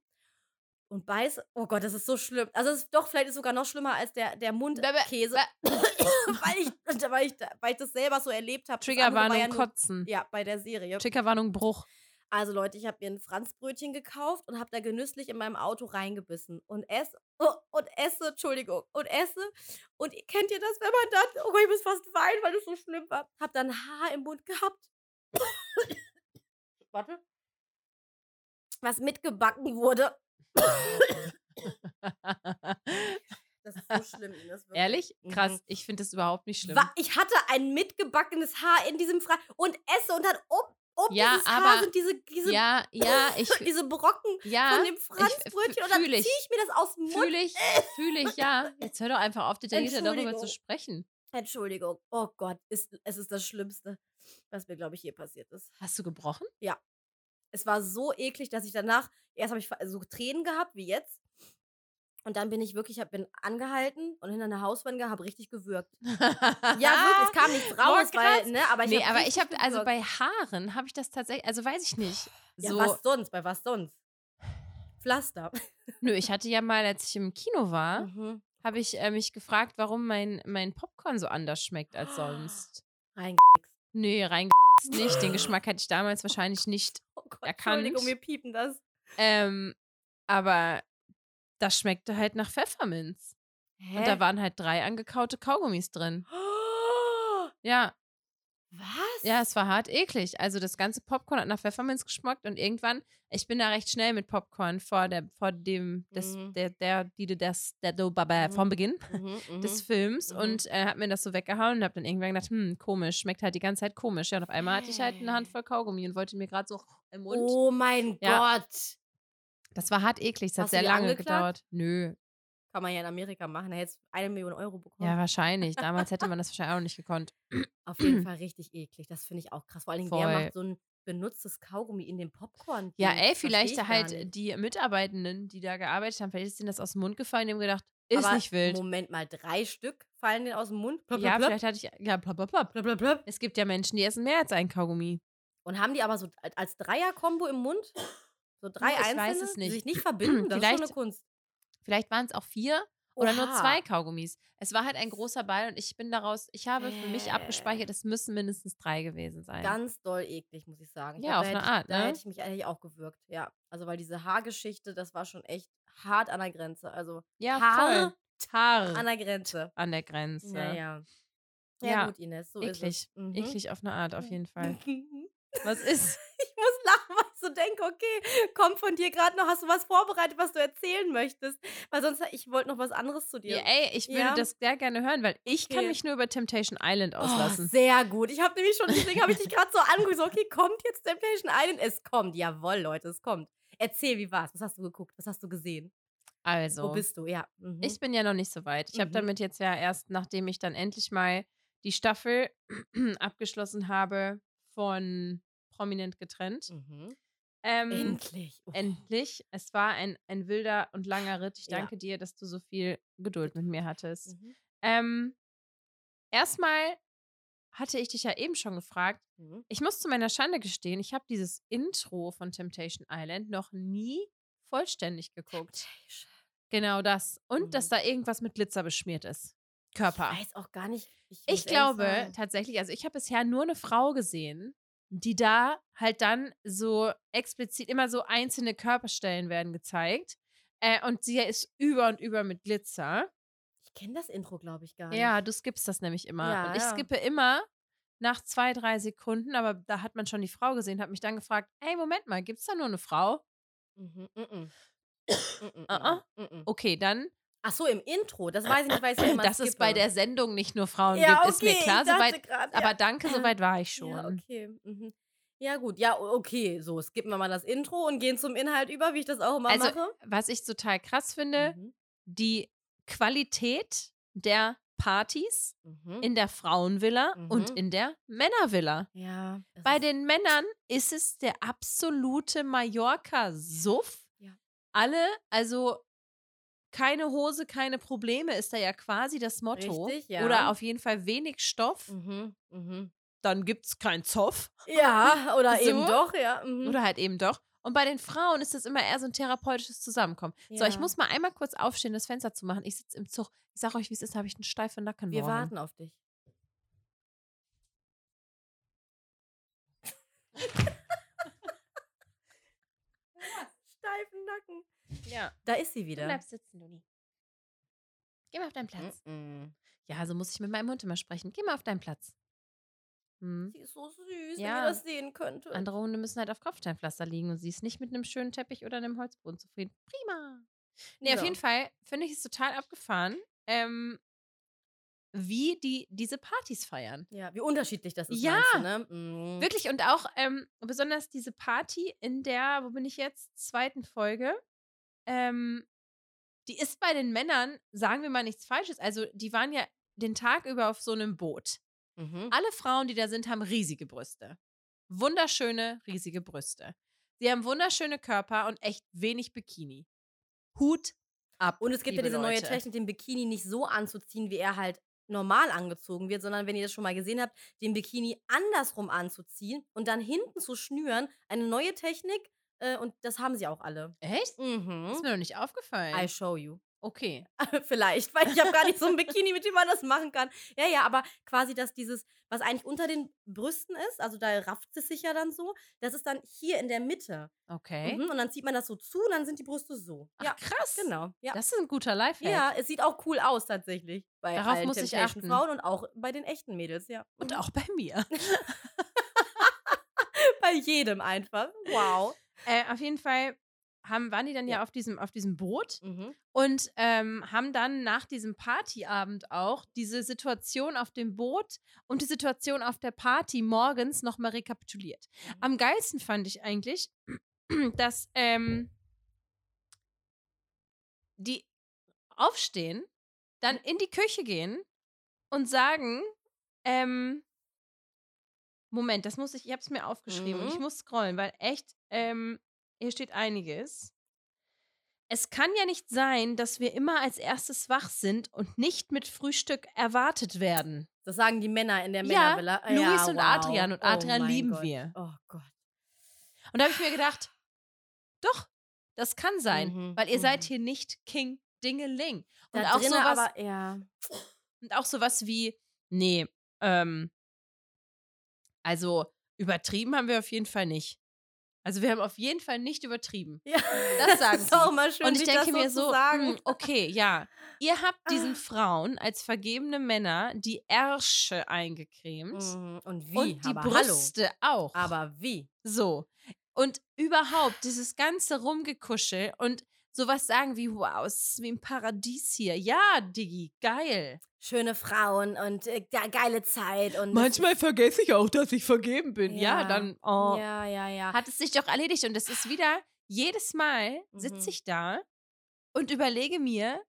B: Und beiß, oh Gott, das ist so schlimm. Also es ist doch, vielleicht ist sogar noch schlimmer als der, der Mundkäse. <coughs> weil, ich, weil, ich, weil ich das selber so erlebt habe. Das andere war
A: Triggerwarnung,
B: ja nur-
A: Kotzen.
B: Ja, bei der Serie.
A: Triggerwarnung, Bruch.
B: <laughs> Also Leute, ich habe mir ein Franzbrötchen gekauft und habe da genüsslich in meinem Auto reingebissen und esse oh, und esse, Entschuldigung, und esse. Und ihr- kennt ihr das, wenn man dann, oh Gott, ich muss fast weinen, weil es so schlimm war. Hab dann Haar im Mund gehabt. <coughs> Warte. Was mitgebacken wurde. Das ist so schlimm.
A: <laughs>
B: Ines, wirklich.
A: Ehrlich?
B: Mhm.
A: Krass. Ich finde das überhaupt nicht schlimm.
B: Wa- Ich hatte ein mitgebackenes Haar in diesem Fra und esse und dann um, um
A: Ja,
B: dieses Haar
A: aber-
B: sind diese, diese,
A: Ja, ja,
B: <laughs>
A: ich.
B: <coughs> diese Brocken
A: Ja,
B: von dem Franzbrötchen und dann
A: fühl
B: ziehe
A: äh, ich.
B: ich mir das aus dem Mund.
A: fühle ich, fühle ich, ja. Jetzt hör doch einfach auf, detaillierter darüber zu
B: Entschuldigung.
A: sprechen.
B: Entschuldigung. Oh Gott, ist, es ist das Schlimmste, was mir, glaube ich, je passiert ist.
A: Hast du gebrochen?
B: Es war so eklig, dass ich danach, erst habe ich ver- so Tränen gehabt, wie jetzt. Und dann bin ich wirklich, hab, bin angehalten und hinter einer Hauswand habe richtig gewürgt. Ja,
A: <laughs>
B: wirklich, es kam nichts raus,
A: Boah, Oh, krass.
B: weil, ne, aber ich
A: nee,
B: hab
A: aber
B: richtig
A: ich habe, also
B: gewürgt.
A: bei Haaren habe ich das tatsächlich, also weiß ich nicht.
B: Ja,
A: So,
B: was sonst? Bei was sonst? Pflaster.
A: nö, ich hatte ja mal, als ich im Kino
B: <laughs>
A: war,
B: Mhm.
A: habe ich äh, mich gefragt, warum mein, mein Popcorn so anders schmeckt als sonst.
B: Rein.
A: Nee, rein nicht. Den Geschmack hatte ich damals wahrscheinlich nicht.
B: Oh Gott,
A: Erkannt.
B: Entschuldigung, wir piepen das.
A: Ähm, aber das schmeckte halt nach Pfefferminz.
B: Hä?
A: Und da waren halt drei angekaute Kaugummis drin.
B: Oh,
A: Ja,
B: <gasps> was?
A: ja, es war hart eklig. Also das ganze Popcorn hat nach Pfefferminz geschmeckt und irgendwann, ich bin da recht schnell mit Popcorn vor der, vor dem, des,
B: Mhm.
A: der, der, die, die- das, der, do, ba, ba,
B: Mhm.
A: vom Beginn
B: Mhm, mhm.
A: des Films
B: Mhm.
A: und äh, hab mir das so weggehauen und hab dann irgendwann gedacht, hm, komisch, schmeckt halt die ganze Zeit komisch. Ja, und auf einmal hatte ich halt eine
B: Hey.
A: Handvoll Kaugummi und wollte mir gerade so im Mund.
B: Oh mein
A: Ja.
B: Gott.
A: Das war hart eklig, es hat
B: Hast du
A: sehr
B: die
A: lange
B: angeklagt?
A: gedauert. Nö,
B: Kann man ja in Amerika machen. Da hättest du eine Million Euro bekommen.
A: ja, wahrscheinlich.
B: <laughs>
A: Damals hätte man das wahrscheinlich auch nicht gekonnt.
B: Auf jeden Fall richtig eklig. Das finde ich auch krass. Vor allen Dingen, wer
A: Voll.
B: macht so ein benutztes Kaugummi in den Popcorn?
A: Ja,
B: Ding?
A: ey,
B: Versteh ich
A: vielleicht
B: gar
A: halt
B: nicht.
A: die Mitarbeitenden, die da gearbeitet haben, vielleicht ist denen das aus dem Mund gefallen, die haben gedacht, äh, ist
B: Aber
A: nicht wild.
B: Moment mal, drei Stück fallen denen aus dem Mund. Blub,
A: ja,
B: blub,
A: vielleicht hatte ich, ja, blub, blub, blub.
B: blub, blub, blub.
A: Es gibt ja Menschen, die essen mehr als ein Kaugummi.
B: Und haben die aber so als Dreier-Kombo im Mund? So drei
A: Ich weiß
B: einzelne,
A: es nicht.
B: die sich nicht verbinden? Das ist schon
A: Vielleicht-
B: eine Kunst.
A: Vielleicht waren es auch vier oder nur
B: Oha.
A: zwei Kaugummis. Es war halt ein großer Ball und ich bin daraus, ich habe für mich
B: Äh.
A: abgespeichert, es müssen mindestens drei gewesen sein.
B: Ganz doll eklig, muss ich sagen. Ich glaub,
A: Ja, auf
B: da
A: eine
B: hätte
A: Art,
B: ich, Da
A: ne?
B: hätte ich mich eigentlich auch gewirkt, ja. Also, weil diese Haargeschichte, das war schon echt hart an der Grenze. Also,
A: ja,
B: Haare
A: voll. Tar
B: an der Grenze.
A: an der Grenze.
B: Naja. Ja,
A: Ja.
B: gut, Ines, so
A: Eklig.
B: ist es. Mhm.
A: Eklig auf eine Art, auf jeden Fall.
B: <laughs> ich
A: Was ist?
B: muss lachen, weil ich so denke, okay, kommt von dir gerade noch, hast du was vorbereitet, was du erzählen möchtest? Weil sonst, äh, ich wollte noch was anderes zu dir.
A: Ja, ey, ich würde
B: Ja.
A: das sehr gerne hören, weil ich kann
B: Okay.
A: mich nur über Temptation Island
B: Oh,
A: auslassen.
B: sehr gut. Ich habe nämlich schon, deswegen habe ich
A: <laughs>
B: dich gerade so angeguckt. So, okay, kommt jetzt Temptation Island? Es kommt. Jawohl, Leute, es kommt. Erzähl, wie war's? Was hast du geguckt? Was hast du gesehen?
A: also.
B: Wo bist du? Ja. Mhm.
A: Ich bin ja noch nicht so weit. Ich habe
B: Mhm.
A: damit jetzt ja erst, nachdem ich dann endlich mal die Staffel <clears throat> abgeschlossen habe von Prominent getrennt.
B: Mhm.
A: Ähm,
B: Endlich. Oh,
A: endlich. Es war ein, ein wilder und langer Ritt. Ich
B: Ja.
A: danke dir, dass du so viel Geduld mit mir hattest.
B: Mhm.
A: Ähm, erstmal hatte ich dich ja eben schon gefragt.
B: Mhm.
A: Ich muss zu meiner Schande gestehen, ich habe dieses Intro von Temptation Island noch nie vollständig geguckt. Genau das. Und
B: Mhm.
A: dass da irgendwas mit Glitzer beschmiert ist. Körper.
B: Ich weiß auch gar nicht. muss
A: Ich
B: ehrlich
A: glaube
B: sagen,
A: tatsächlich, also ich habe bisher nur eine Frau gesehen, die da halt dann so explizit immer so einzelne Körperstellen werden gezeigt. Äh, und sie ist über und über mit Glitzer.
B: Ich kenne das Intro, glaube ich, gar nicht.
A: Ja, du skippst das nämlich immer.
B: Ja,
A: und ich
B: ja.
A: skippe immer nach zwei, drei Sekunden, aber da hat man schon die Frau gesehen, hat mich dann gefragt, hey, Moment mal, gibt es da nur eine Frau?
B: Mhm, mhm. Mhm,
A: Ah,
B: mhm, mhm.
A: Okay, dann,
B: Ach so, im Intro. Das weiß ich nicht, weil ich ja immer
A: dass es bei
B: skippe.
A: der Sendung nicht nur Frauen
B: ja,
A: gibt,
B: okay,
A: ist mir klar.
B: Ich dachte
A: Soweit,
B: grad, ja.
A: Aber danke, soweit war ich schon.
B: Ja, okay. Mhm. Ja, gut. Ja, o- okay. So, skippen wir mal das Intro und gehen zum Inhalt über, wie ich das auch immer
A: Also,
B: mache.
A: Was ich total krass finde,
B: Mhm.
A: die Qualität der Partys
B: Mhm.
A: in der Frauenvilla
B: Mhm.
A: und in der Männervilla.
B: ja. das
A: Bei
B: ist-
A: den Männern ist es der absolute Mallorca-Suff.
B: Ja.
A: Alle, also keine Hose, keine Probleme ist da ja quasi das Motto.
B: Richtig, ja.
A: Oder auf jeden Fall wenig Stoff,
B: Mhm.
A: <gasps>
B: Mhm.
A: dann gibt's kein Zoff.
B: Ja, oder
A: So?
B: eben doch, ja. Mhm.
A: Oder halt eben doch. Und bei den Frauen ist das immer eher so ein therapeutisches Zusammenkommen. So, ich
B: Ja.
A: muss mal einmal kurz aufstehen, das Fenster zu machen. Ich sitze im Zug. Ich sag euch, wie es ist, habe ich einen steifen Nacken
B: Wir
A: morgen.
B: warten auf dich. Steifen Nacken.
A: Ja,
B: Da ist sie
A: du
B: wieder.
A: bleibst sitzen, Luni. Geh mal auf deinen Platz.
B: Mhm.
A: Ja, so muss ich mit meinem Hund immer sprechen. Geh mal auf deinen Platz. Hm.
B: Sie ist so süß, wenn
A: Ja.
B: ihr das sehen könntet.
A: Andere Hunde müssen halt auf Kopfsteinpflaster liegen und sie ist nicht mit einem schönen Teppich oder einem Holzboden zufrieden. Prima. Nee, auf
B: Ja.
A: jeden Fall finde ich es total abgefahren, ähm, wie die diese Partys feiern.
B: Ja, wie unterschiedlich das ist.
A: Ja.
B: meinst Du, ne? Mhm.
A: Wirklich, und auch ähm, besonders diese Party in der, wo bin ich jetzt, zweiten Folge, ähm, die ist bei den Männern, sagen wir mal nichts Falsches, also die waren ja den Tag über auf so einem Boot.
B: Mhm.
A: Alle Frauen, die da sind, haben riesige Brüste. Wunderschöne, riesige Brüste. Sie haben wunderschöne Körper und echt wenig Bikini. Hut ab.
B: Und es gibt ja
A: liebe
B: diese neue
A: Leute.
B: Technik, den Bikini nicht so anzuziehen, wie er halt normal angezogen wird, sondern wenn ihr das schon mal gesehen habt, den Bikini andersrum anzuziehen und dann hinten zu schnüren. Eine neue Technik äh, und das haben sie auch alle.
A: Echt? Ist
B: Mhm.
A: mir noch nicht
B: I
A: aufgefallen.
B: show you. <laughs>
A: Okay.
B: Vielleicht, weil ich habe gar nicht so ein Bikini, mit dem man das machen kann. Ja, ja, aber quasi, dass dieses, was eigentlich unter den Brüsten ist, also da rafft es sich ja dann so, das ist dann hier in der Mitte.
A: Okay.
B: Mhm, und dann zieht man das so zu und dann sind die Brüste so.
A: Ach,
B: ja,
A: krass.
B: genau. Ja.
A: Das ist ein guter Lifehack.
B: Ja, es sieht auch cool aus tatsächlich. Bei
A: Darauf
B: allen
A: muss ich
B: Temptation
A: achten.
B: Frauen und auch bei den echten Mädels, ja. <laughs>
A: Und auch bei mir.
B: bei jedem einfach. Wow.
A: Äh, auf jeden Fall haben, waren die dann ja, auf, diesem, auf diesem Boot
B: Mhm.
A: und ähm, haben dann nach diesem Partyabend auch diese Situation auf dem Boot und die Situation auf der Party morgens nochmal rekapituliert. Am geilsten fand ich eigentlich, <clears throat> dass ähm, die aufstehen, dann in die Küche gehen und sagen, ähm, Moment, das muss ich, ich habe es mir aufgeschrieben und ich
B: Mhm.
A: muss scrollen, weil echt, ähm, hier steht einiges. Es kann ja nicht sein, dass wir immer als erstes wach sind und nicht mit Frühstück erwartet werden.
B: Das sagen die Männer in der
A: Ja,
B: Männervilla. Ah
A: Luis und Adrian und Adrian
B: Oh mein
A: lieben
B: Gott.
A: wir.
B: Oh Gott.
A: Und da habe ich mir gedacht, doch, das kann sein,
B: Mhm,
A: weil ihr seid
B: mhm.
A: hier nicht King Dingeling. Und
B: Da
A: auch,
B: drinnen
A: sowas,
B: aber,
A: <laughs>
B: ja.
A: und auch sowas wie, nee, ähm, also übertrieben haben wir auf jeden Fall nicht. Also wir haben auf jeden Fall nicht übertrieben.
B: ja. <laughs>
A: Das sagen
B: ist
A: sie.
B: auch mal schön,
A: Und ich
B: sich das
A: denke mir
B: zu
A: so,
B: sagen.
A: hm, okay, ja. Ihr habt diesen
B: Ah.
A: Frauen als vergebene Männer die Ärsche eingecremt
B: Mhm. Und wie?
A: und die
B: aber
A: Brüste auch.
B: hallo. Aber wie?
A: So. Und überhaupt dieses ganze Rumgekuschel und sowas sagen wie, wow, es ist wie im Paradies hier. Ja, Diggi, geil.
B: Schöne Frauen und äh, ja, geile Zeit. Und
A: vergesse ich auch, dass ich vergeben bin. Ja,
B: Ja.
A: dann oh.
B: Ja, ja, ja.
A: hat es sich doch erledigt. Und es ist wieder, jedes Mal sitze
B: Mhm.
A: ich da und überlege mir,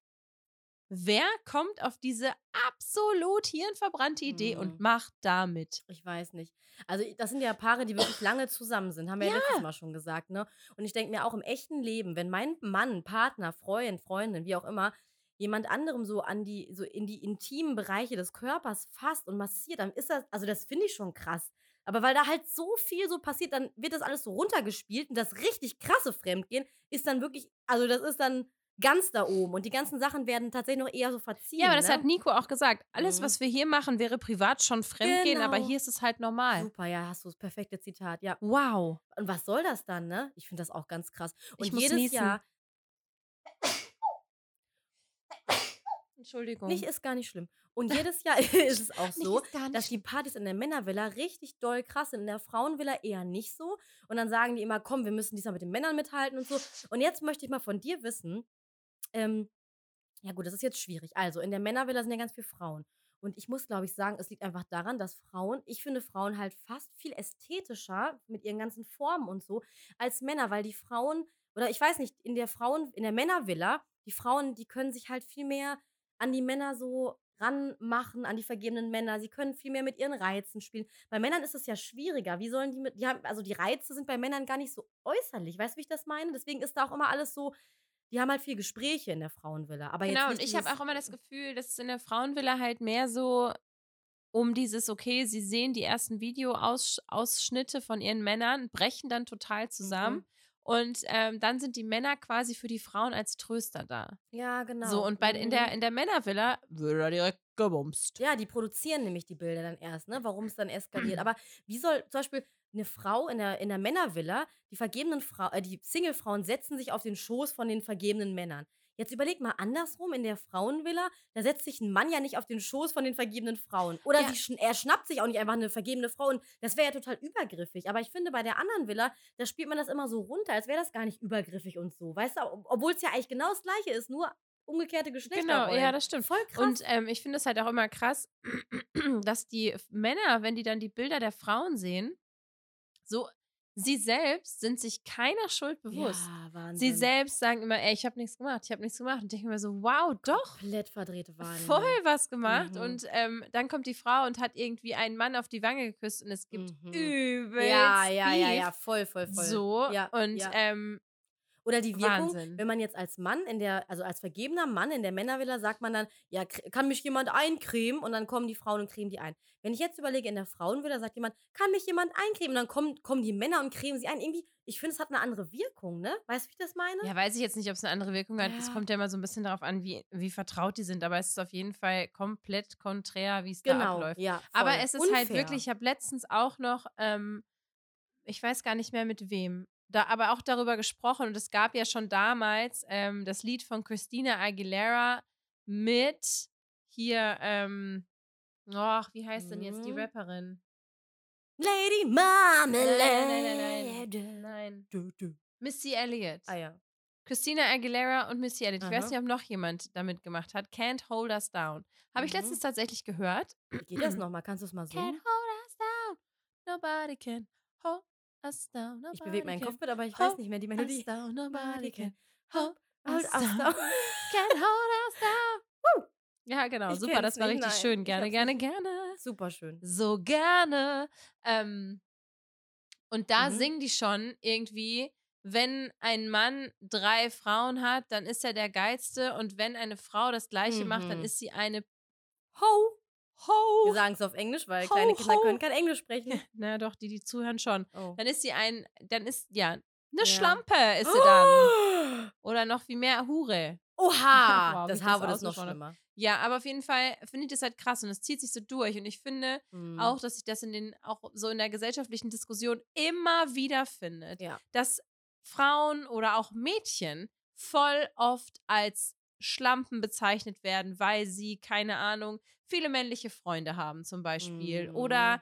A: wer kommt auf diese absolut hirnverbrannte Idee und
B: Mhm.
A: macht damit.
B: Ich weiß nicht. Also i- das sind ja Paare, die wirklich
A: <laughs>
B: lange zusammen sind, haben wir ja, letztes Mal schon gesagt, ne? Und ich denke mir auch im echten Leben, wenn mein Mann, Partner, Freund, Freundin, wie auch immer, jemand anderem so an die, so in die intimen Bereiche des Körpers fasst und massiert, dann ist das, also das finde ich schon krass. Aber weil da halt so viel so passiert, dann wird das alles so runtergespielt und das richtig krasse Fremdgehen ist dann wirklich, also das ist dann ganz da oben und die ganzen Sachen werden tatsächlich noch eher so verziehen.
A: Ja, aber das
B: ne?
A: halt hat Nico auch gesagt. Alles,
B: Mhm.
A: was wir hier machen, wäre privat schon fremdgehen, aber
B: Genau.
A: hier ist es halt normal.
B: Super, ja, hast du das perfekte Zitat, ja.
A: Wow.
B: Und was soll das dann, ne? Ich finde das auch ganz krass. Und
A: Ich muss
B: jedes
A: niesen.
B: Jahr,
A: Entschuldigung.
B: nicht ist gar nicht schlimm.
A: <laughs>
B: Und jedes Jahr <laughs> ist es auch so,
A: ist gar
B: dass die Partys in der Männervilla richtig doll krass sind, in der Frauenvilla eher nicht so. Und dann sagen die immer, komm, wir müssen diesmal mit den Männern mithalten und so. Und jetzt möchte ich mal von dir wissen, ähm, ja gut, das ist jetzt schwierig. Also, in der Männervilla sind ja ganz viele Frauen. Und ich muss, glaube ich, sagen, es liegt einfach daran, dass Frauen, ich finde Frauen halt fast viel ästhetischer mit ihren ganzen Formen und so als Männer, weil die Frauen, oder ich weiß nicht, in der Frauen, in der Männervilla, die Frauen, die können sich halt viel mehr an die Männer so ranmachen, an die vergebenen Männer. Sie können viel mehr mit ihren Reizen spielen. Bei Männern ist es ja schwieriger. Wie sollen die mit, die haben, also die Reize sind bei Männern gar nicht so äußerlich. Weißt du, wie ich das meine? Deswegen ist da auch immer alles so, die haben halt viel Gespräche in der Frauenvilla. Aber
A: Genau,
B: jetzt
A: und
B: nicht
A: ich habe
B: dieses- mhm.
A: auch immer das Gefühl, dass es in der Frauenvilla halt mehr so um dieses, okay, sie sehen die ersten Videoausschnitte von ihren Männern, brechen dann total
B: Mhm.
A: zusammen. Und ähm, dann sind die Männer quasi für die Frauen als Tröster da.
B: Ja, genau.
A: So, und bei, in, der,
B: Mhm.
A: in der Männervilla wird da direkt gebumst.
B: Ja, die produzieren nämlich die Bilder dann erst, ne? warum es dann
A: <clears throat>
B: eskaliert. Aber wie soll zum Beispiel eine Frau in der, in der Männervilla, die vergebenen Frau, äh, die Singlefrauen setzen sich auf den Schoß von den vergebenen Männern. Jetzt überleg mal andersrum, in der Frauenvilla, da setzt sich ein Mann ja nicht auf den Schoß von den vergebenen Frauen. Oder
A: Ja.
B: sie schn er schnappt sich auch nicht einfach eine vergebene Frau und das wäre ja total übergriffig. Aber ich finde, bei der anderen Villa, da spielt man das immer so runter, als wäre das gar nicht übergriffig und so. Weißt du, ob- obwohl es ja eigentlich genau das gleiche ist, nur umgekehrte Geschlechter.
A: Genau, ja, das stimmt.
B: Voll krass.
A: Und ähm, ich finde es halt auch immer krass, <clears throat> dass die F- Männer, wenn die dann die Bilder der Frauen sehen, so, sie selbst sind sich keiner Schuld bewusst.
B: Ja,
A: Sie
B: Wahnsinn.
A: selbst sagen immer, ey, ich habe nichts gemacht, ich habe nichts gemacht. Und denke mir so, wow, doch,
B: komplett verdrehte Wahrnehmung.
A: voll was gemacht.
B: Mhm.
A: Und ähm, dann kommt die Frau und hat irgendwie einen Mann auf die Wange geküsst und es gibt
B: Mhm.
A: übel.
B: Ja, ja, ja, ja, voll, voll, voll.
A: So,
B: Ja,
A: und
B: ja.
A: Ähm,
B: Oder die Wirkung,
A: Wahnsinn.
B: wenn man jetzt als Mann in der, also als vergebener Mann in der Männervilla sagt man dann, ja, kr- kann mich jemand eincremen? Und dann kommen die Frauen und cremen die ein. Wenn ich jetzt überlege, in der Frauenvilla sagt jemand, kann mich jemand eincremen? Und dann kommen, kommen die Männer und cremen sie ein. Irgendwie, ich finde, es hat eine andere Wirkung, ne? Weißt du, wie ich das meine?
A: ja, weiß ich jetzt nicht, ob es eine andere Wirkung hat. Es
B: Ja.
A: kommt ja immer so ein bisschen darauf an, wie, wie vertraut die sind. Aber es ist auf jeden Fall komplett konträr, wie es da
B: genau,
A: abläuft.
B: ja. Voll.
A: Aber es ist halt
B: Unfair.
A: wirklich, ich habe letztens auch noch, ähm, ich weiß gar nicht mehr mit wem, da, aber auch darüber gesprochen und es gab ja schon damals ähm, das Lied von Christina Aguilera mit hier, ähm, ach, wie heißt denn jetzt die
B: Mhm.
A: Rapperin?
B: Lady
A: Nein,
B: Marmalade.
A: nein, nein, nein, nein.
B: Du, du.
A: Missy Elliott.
B: Ah ja.
A: Christina Aguilera und Missy Elliott. Ich weiß
B: Aha.
A: nicht, ob noch jemand damit gemacht hat. Can't Hold Us Down. Habe ich
B: Mhm.
A: letztens tatsächlich gehört.
B: Wie geht das nochmal? Kannst du es mal
A: Can't
B: singen?
A: hold us down. Nobody can hold us down. Nobody
B: Ich bewege meinen
A: can
B: Kopf mit, aber ich
A: Hau-
B: weiß nicht mehr die
A: Hold us
B: Melodie.
A: down. Nobody can
B: Hold
A: hold
B: us down.
A: <laughs> Can't hold us down. Ja, genau.
B: Ich
A: super,
B: kenn's
A: das war
B: nicht,
A: richtig
B: nein.
A: schön.
B: Ich
A: Gerne,
B: hab's
A: gerne,
B: nicht.
A: gerne.
B: Super schön.
A: So gerne. Ähm, und da
B: Mhm.
A: singen die schon irgendwie, wenn ein Mann drei Frauen hat, dann ist er der Geilste. Und wenn eine Frau das Gleiche macht, dann
B: Mhm.
A: ist sie eine
B: Ho. Wir
A: Ho.
B: sagen es auf Englisch, weil
A: Ho,
B: kleine Kinder
A: ho.
B: können kein Englisch
A: <laughs>
B: sprechen.
A: Na doch, die, die zuhören schon.
B: Oh.
A: Dann ist sie ein, dann ist, ja, eine
B: Ja. Oh!
A: Schlampe ist sie dann.
B: dann.
A: Oder noch viel mehr Hure.
B: <gasps> Oha,
A: Wow,
B: das
A: wie
B: Haar
A: das
B: wurde es noch
A: ausgesprochen
B: schlimmer.
A: Ja, aber auf jeden Fall finde ich das halt krass und es zieht sich so durch. Und ich finde
B: Mhm.
A: auch, dass sich das in den, auch so in der gesellschaftlichen Diskussion immer wieder findet,
B: Ja.
A: dass Frauen oder auch Mädchen voll oft als Schlampen bezeichnet werden, weil sie, keine Ahnung, viele männliche Freunde haben zum Beispiel.
B: Mhm.
A: Oder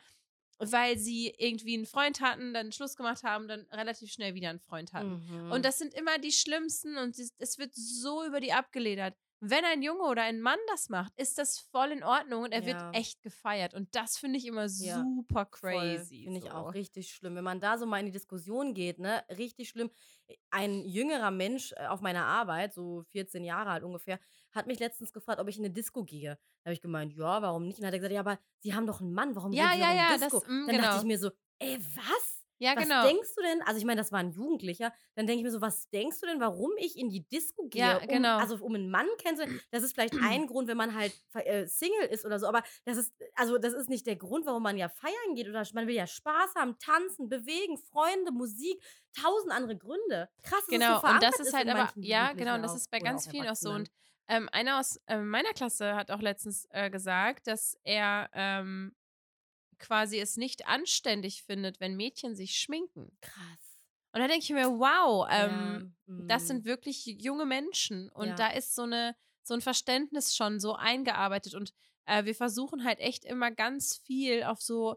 A: weil sie irgendwie einen Freund hatten, dann Schluss gemacht haben, dann relativ schnell wieder einen Freund hatten.
B: Mhm.
A: Und das sind immer die Schlimmsten und es es wird so über die abgeledert. Wenn ein Junge oder ein Mann das macht, ist das voll in Ordnung und er
B: Ja.
A: wird echt gefeiert. Und das finde ich immer
B: Ja,
A: super
B: Voll,
A: crazy.
B: Finde ich
A: so.
B: auch richtig schlimm. Wenn man da so mal in die Diskussion geht, ne, richtig schlimm. Äh, Ein jüngerer Mensch äh, auf meiner Arbeit, so 14 Jahre alt ungefähr, hat mich letztens gefragt, ob ich in eine Disco gehe. Da habe ich gemeint, ja, warum nicht? Und dann hat er gesagt, ja, aber Sie haben doch einen Mann, warum
A: Ja,
B: gehen Sie
A: ja,
B: noch in
A: ja,
B: Disco?
A: das- mm,
B: dann dachte
A: genau.
B: ich mir so, ey, äh, was?
A: Ja,
B: was
A: genau.
B: denkst du denn? Also ich meine, das war ein Jugendlicher. Dann denke ich mir so, was denkst du denn, warum ich in die Disco gehe?
A: Ja, genau.
B: Um, also um einen Mann kennenzulernen. Das ist vielleicht
A: <clears throat>
B: ein Grund, wenn man halt ver- äh, Single ist oder so. Aber das ist, also das ist nicht der Grund, warum man ja feiern geht. Oder man will ja Spaß haben, tanzen, bewegen, Freunde, Musik, tausend andere Gründe. Krass, dass
A: genau,
B: es so
A: und das
B: verankert
A: ist halt
B: in
A: aber,
B: manchen
A: ja,
B: Jugendlichen
A: genau, und das
B: auch.
A: ist bei
B: Oder
A: ganz vielen auch so.
B: Erwachsenen.
A: Und ähm, einer aus ähm, meiner Klasse hat auch letztens äh, gesagt, dass er ähm, quasi es nicht anständig findet, wenn Mädchen sich schminken.
B: krass.
A: Und da denke ich mir, wow, ähm,
B: ja, mm.
A: das sind wirklich junge Menschen und
B: Ja.
A: da ist so eine so ein Verständnis schon so eingearbeitet und äh, wir versuchen halt echt immer ganz viel auf so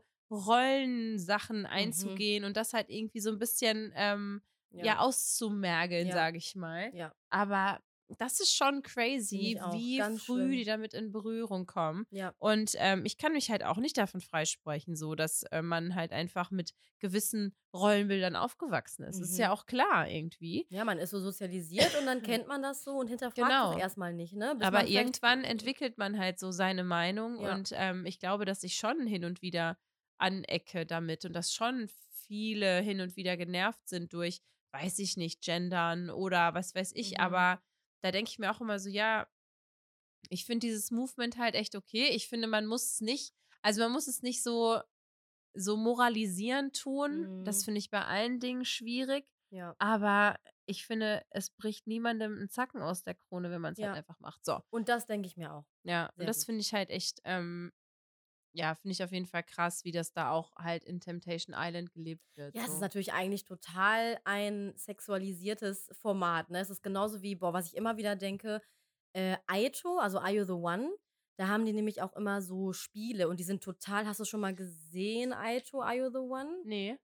B: Mhm.
A: Rollensachen einzugehen und das halt irgendwie so ein bisschen ähm,
B: mm,
A: ja. auszumergeln,
B: Ja.
A: sage ich mal.
B: Ja.
A: Aber das ist schon
B: Finde
A: crazy,
B: ich auch
A: wie
B: ganz
A: früh
B: schlimm.
A: die damit in Berührung kommen.
B: Ja.
A: Und ähm, ich kann mich halt auch nicht davon freisprechen, so dass äh, man halt einfach mit gewissen Rollenbildern aufgewachsen ist. Ist
B: Mhm.
A: ja auch klar irgendwie.
B: Ja, man ist so sozialisiert und
A: <clears throat>
B: dann kennt man das so und hinterfragt
A: Genau.
B: das erstmal nicht, ne? Bis man
A: Aber
B: vielleicht-
A: irgendwann entwickelt man halt so seine Meinung
B: Ja.
A: und ähm, ich glaube, dass ich schon hin und wieder anecke damit und dass schon viele hin und wieder genervt sind durch, weiß ich nicht, Gendern oder was weiß ich,
B: Mhm.
A: aber da denke ich mir auch immer so, ja, ich finde dieses Movement halt echt okay. Ich finde, man muss es nicht, also man muss es nicht so, so moralisierend tun.
B: Mhm.
A: Das finde ich bei allen Dingen schwierig.
B: Ja.
A: Aber ich finde, es bricht niemandem einen Zacken aus der Krone, wenn man es
B: Ja.
A: halt einfach macht. So.
B: Und das denke ich mir auch.
A: Ja, und
B: Sehr
A: das
B: gut.
A: finde ich halt echt, ähm, ja, finde ich auf jeden Fall krass, wie das da auch halt in Temptation Island gelebt wird.
B: Ja, es
A: so.
B: ist natürlich eigentlich total ein sexualisiertes Format, ne? Es ist genauso wie, boah, was ich immer wieder denke, äh, Aito, also Are You the One? Da haben die nämlich auch immer so Spiele und die sind total, hast du schon mal gesehen, Aito, Are You the One? <laughs>
A: Nee.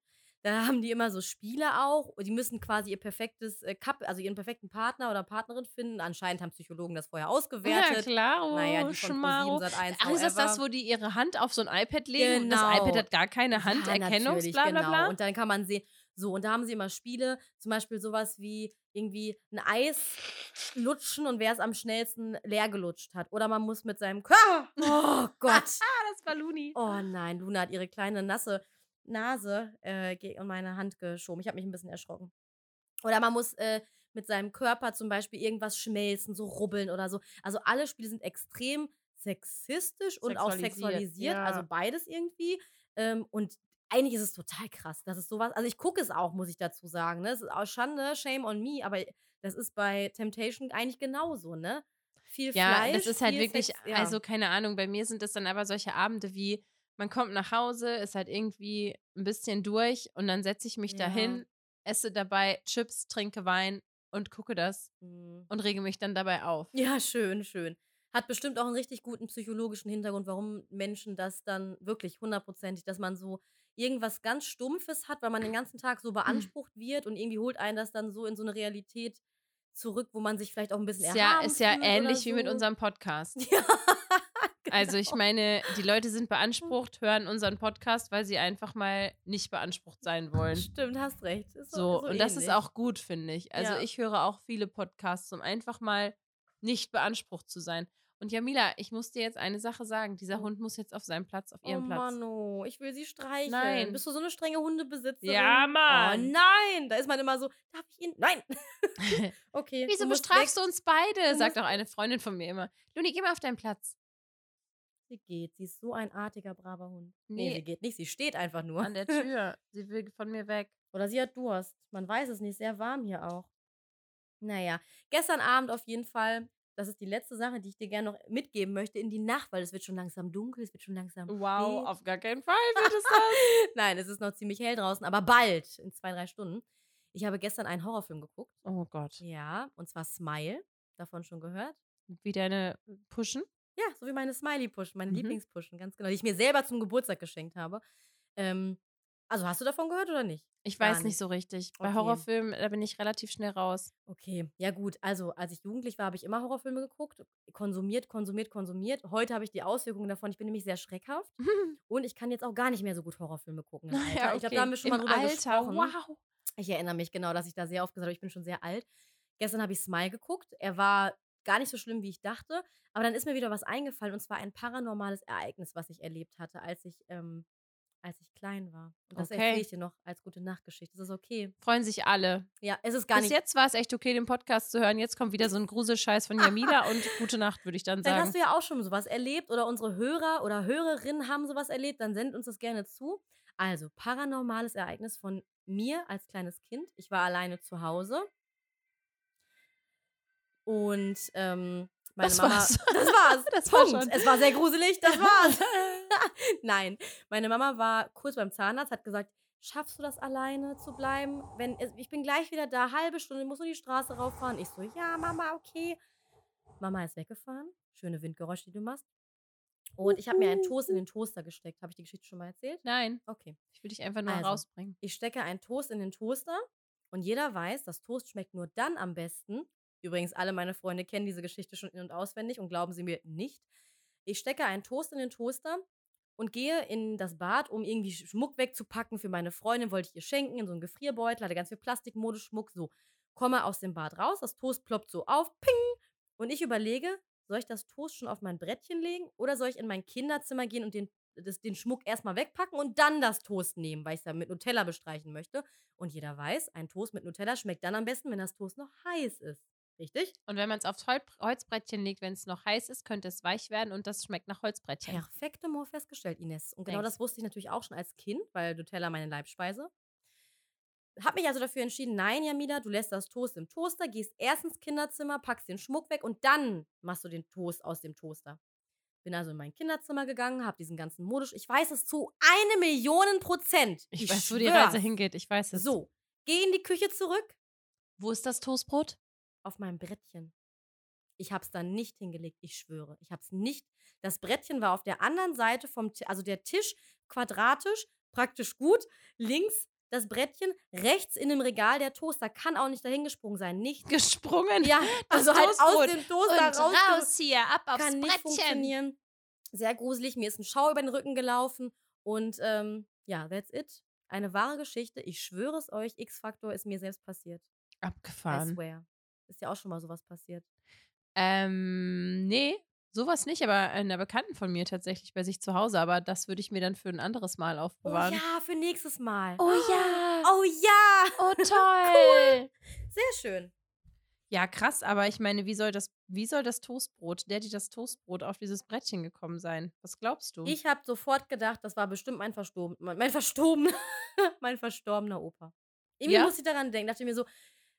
B: Da haben die immer so Spiele auch. und Die müssen quasi ihr perfektes äh, Cup, also ihren perfekten Partner oder Partnerin finden. Anscheinend haben Psychologen das vorher
A: <laughs> Ja,
B: ausgewertet.
A: klar. Oh,
B: naja, die von
A: Schmaro.
B: Pro7 Sat 1
A: Ach, ist das das, wo die ihre Hand auf so ein iPad legen und das
B: Genau.
A: iPad hat gar keine Handerkennung,
B: natürlich,
A: bla bla bla?
B: Genau. Und dann kann man sehen, so, und da haben sie immer Spiele, zum Beispiel sowas wie irgendwie ein Eis lutschen und wer es am schnellsten leer gelutscht hat. Oder man muss mit seinem Körper. Oh <laughs> Gott.
A: ah, das war Luni. <laughs>
B: Oh nein, Luna hat ihre kleine nasse Nase äh, ge- in meine Hand geschoben. Ich habe mich ein bisschen erschrocken. Oder man muss äh, mit seinem Körper zum Beispiel irgendwas schmelzen, so rubbeln oder so. Also alle Spiele sind extrem sexistisch und auch
A: Sexualisiert,
B: sexualisiert,
A: ja.
B: also beides irgendwie. Ähm, und eigentlich ist es total krass, dass es sowas. Also ich gucke es auch, muss ich dazu sagen. Ne? Es ist auch Schande, Shame on me, aber das ist bei Temptation eigentlich genauso, ne? Viel
A: Ja,
B: Fleisch.
A: das ist halt
B: viel
A: wirklich,
B: Sex, ja.
A: also keine Ahnung, bei mir sind das dann aber solche Abende wie, man kommt nach Hause, ist halt irgendwie ein bisschen durch und dann setze ich mich
B: Ja.
A: dahin, esse dabei Chips, trinke Wein und gucke das
B: Mhm.
A: und rege mich dann dabei auf.
B: Ja, schön, schön. Hat bestimmt auch einen richtig guten psychologischen Hintergrund, warum Menschen das dann wirklich hundertprozentig, dass man so irgendwas ganz Stumpfes hat, weil man den ganzen Tag
A: Mhm.
B: so beansprucht wird und irgendwie holt einen das dann so in so eine Realität zurück, wo man sich vielleicht auch ein bisschen
A: Ist ja,
B: erhaben
A: ist ja
B: fühlt oder
A: ähnlich
B: so.
A: wie mit unserem Podcast.
B: <laughs> Ja, genau.
A: Also ich meine, die Leute
B: <laughs>
A: sind beansprucht, hören unseren Podcast, weil sie einfach mal nicht beansprucht sein wollen.
B: stimmt, hast recht. Ist
A: So, und das ist
B: ähnlich.
A: auch gut, finde ich. Also
B: Ja.
A: ich höre auch viele Podcasts, um einfach mal nicht beansprucht zu sein. Und Jamila, ich muss dir jetzt eine Sache sagen. Dieser
B: Oh.
A: Hund muss jetzt auf seinem Platz, auf
B: Oh
A: ihrem Platz.
B: Mann, oh, ich will sie streicheln.
A: Nein.
B: Bist du so eine strenge Hundebesitzerin?
A: Ja, Mann.
B: Oh
A: <laughs>
B: nein, da ist man immer so, darf ich ihn? Nein. <laughs> Okay.
A: Wieso
B: du musst
A: bestrafst
B: weg.
A: du uns beide?
B: Du
A: Sagt auch eine Freundin von mir immer. Luni, geh mal auf deinen Platz.
B: Sie geht. Sie ist so ein artiger, braver Hund. Nee,
A: Nee.
B: Ne, sie geht nicht. Sie steht einfach nur. <laughs>
A: An <laughs> der Tür. Sie will von mir weg.
B: Oder sie hat Durst. Man weiß es nicht. Sehr warm hier auch. Naja, gestern Abend auf jeden Fall. Das ist die letzte Sache, die ich dir gerne noch mitgeben möchte in die Nacht, weil es wird schon langsam dunkel, es wird schon langsam.
A: Wow,
B: spät.
A: auf gar keinen Fall wird es
B: <laughs>
A: das.
B: Nein, es ist noch ziemlich hell draußen, aber bald, in zwei, drei Stunden. Ich habe gestern einen Horrorfilm geguckt.
A: Oh Gott.
B: Ja, und zwar Smile. Davon schon gehört?
A: Wie deine Pushen?
B: Ja, so wie meine Smiley-Puschen, meine
A: Mhm.
B: Lieblingspuschen, ganz genau, die ich mir selber zum Geburtstag geschenkt habe. Ähm, also hast du davon gehört oder nicht?
A: Ich
B: Gar
A: weiß nicht
B: nicht.
A: so richtig. Bei
B: Okay.
A: Horrorfilmen, da bin ich relativ schnell raus.
B: Okay, ja gut. Also als ich jugendlich war, habe ich immer Horrorfilme geguckt, konsumiert, konsumiert, konsumiert. Heute habe ich die Auswirkungen davon. Ich bin nämlich sehr
A: <laughs>
B: schreckhaft und ich kann jetzt auch gar nicht mehr so gut Horrorfilme gucken. Im Alter. Ich glaube, da haben wir schon
A: Im
B: mal drüber
A: Alter,
B: gesprochen.
A: wow.
B: Ich erinnere mich genau, dass ich da sehr oft gesagt habe, ich bin schon sehr alt. Gestern habe ich Smile geguckt. Er war gar nicht so schlimm, wie ich dachte. Aber dann ist mir wieder was eingefallen und zwar ein paranormales Ereignis, was ich erlebt hatte, als ich ähm, als ich klein war. Und das
A: Okay.
B: erzähle ich dir noch als gute Nachtgeschichte. Das ist okay.
A: Freuen sich alle.
B: Ja, es ist gar
A: Bis
B: nicht.
A: jetzt war es echt okay, den Podcast zu hören. Jetzt kommt wieder so ein Gruselscheiß von
B: <laughs>
A: Jamila und gute Nacht, würde ich dann
B: Vielleicht
A: sagen.
B: hast du ja auch schon sowas erlebt oder unsere Hörer oder Hörerinnen haben sowas erlebt, dann sendet uns das gerne zu. Also, paranormales Ereignis von mir als kleines Kind. Ich war alleine zu Hause. Und ähm, meine
A: Das
B: Mama.
A: war's.
B: Das war's.
A: <laughs> Das war
B: Punkt.
A: schon.
B: Es war sehr gruselig, das
A: <laughs>
B: war's. <laughs> Nein, meine Mama war kurz beim Zahnarzt, hat gesagt, schaffst du das alleine zu bleiben? Wenn, ich bin gleich wieder da, halbe Stunde, muss nur die Straße rauffahren. Ich so, ja, Mama, okay. Mama ist weggefahren. Schöne Windgeräusche, die du machst. Und ich habe mir einen Toast in den Toaster gesteckt. Habe ich die Geschichte schon mal erzählt?
A: Nein,
B: Okay.
A: ich will dich einfach nur
B: Also.
A: rausbringen.
B: Ich stecke einen Toast in den Toaster und jeder weiß, dass Toast schmeckt nur dann am besten. Übrigens, alle meine Freunde kennen diese Geschichte schon in- und auswendig und glauben sie mir nicht. Ich stecke einen Toast in den Toaster und gehe in das Bad, um irgendwie Schmuck wegzupacken für meine Freundin, wollte ich ihr schenken, in so einen Gefrierbeutel, hatte ganz viel Plastikmodeschmuck, so. Komme aus dem Bad raus, das Toast ploppt so auf, ping! Und ich überlege, soll ich das Toast schon auf mein Brettchen legen oder soll ich in mein Kinderzimmer gehen und den, das, den Schmuck erstmal wegpacken und dann das Toast nehmen, weil ich es dann mit Nutella bestreichen möchte. Und jeder weiß, ein Toast mit Nutella schmeckt dann am besten, wenn das Toast noch heiß ist. Richtig?
A: Und wenn man es aufs Hol- Holzbrettchen legt, wenn es noch heiß ist, könnte es weich werden und das schmeckt nach Holzbrettchen.
B: Perfekte Humor festgestellt, Ines. Und genau
A: Thanks.
B: das wusste ich natürlich auch schon als Kind, weil Nutella meine Leibspeise. Hab mich also dafür entschieden, nein, Jamila, du lässt das Toast im Toaster, gehst erst ins Kinderzimmer, packst den Schmuck weg und dann machst du den Toast aus dem Toaster. Bin also in mein Kinderzimmer gegangen, hab diesen ganzen Modisch. Ich weiß es zu eine Millionen Prozent.
A: Ich, weiß, wo die
B: schwör's.
A: Reise hingeht. Ich weiß es.
B: So, geh in die Küche zurück
A: Wo ist das Toastbrot?
B: auf meinem Brettchen. Ich hab's dann nicht hingelegt, ich schwöre. Ich hab's nicht. Das Brettchen war auf der anderen Seite vom Ti- also der Tisch quadratisch, praktisch gut, links das Brettchen, rechts in dem Regal der Toaster kann auch nicht dahingesprungen sein,
A: <laughs>
B: nicht.
A: Gesprungen.
B: Ja,
A: Das
B: also halt aus
A: Toastbrot.
B: dem Toaster rausge-
A: hier, ab
B: kann nicht funktionieren. Sehr gruselig. Mir ist ein Schauer über den Rücken gelaufen. Und ähm, ja, that's it. Eine wahre Geschichte. Ich schwöre es euch, X-Faktor ist mir selbst passiert. I
A: Abgefahren.
B: swear. Ist ja auch schon mal sowas passiert.
A: Ähm, nee, sowas nicht, aber einer Bekannten von mir tatsächlich bei sich zu Hause. Aber das würde ich mir dann für ein anderes Mal
B: Oh
A: aufbewahren. Ah,
B: ja, für nächstes Mal.
A: Oh ja.
B: Oh ja. <laughs>
A: Oh toll.
B: Sehr schön.
A: Ja, krass, aber ich meine, wie soll das, wie soll das Toastbrot, der die das Toastbrot auf dieses Brettchen gekommen sein? Was glaubst du?
B: Ich habe sofort gedacht, das war bestimmt mein verstorben, mein, <laughs> mein verstorben, mein verstorbener Opa. Irgendwie
A: Ja?
B: musste ich daran denken. Dachte mir so,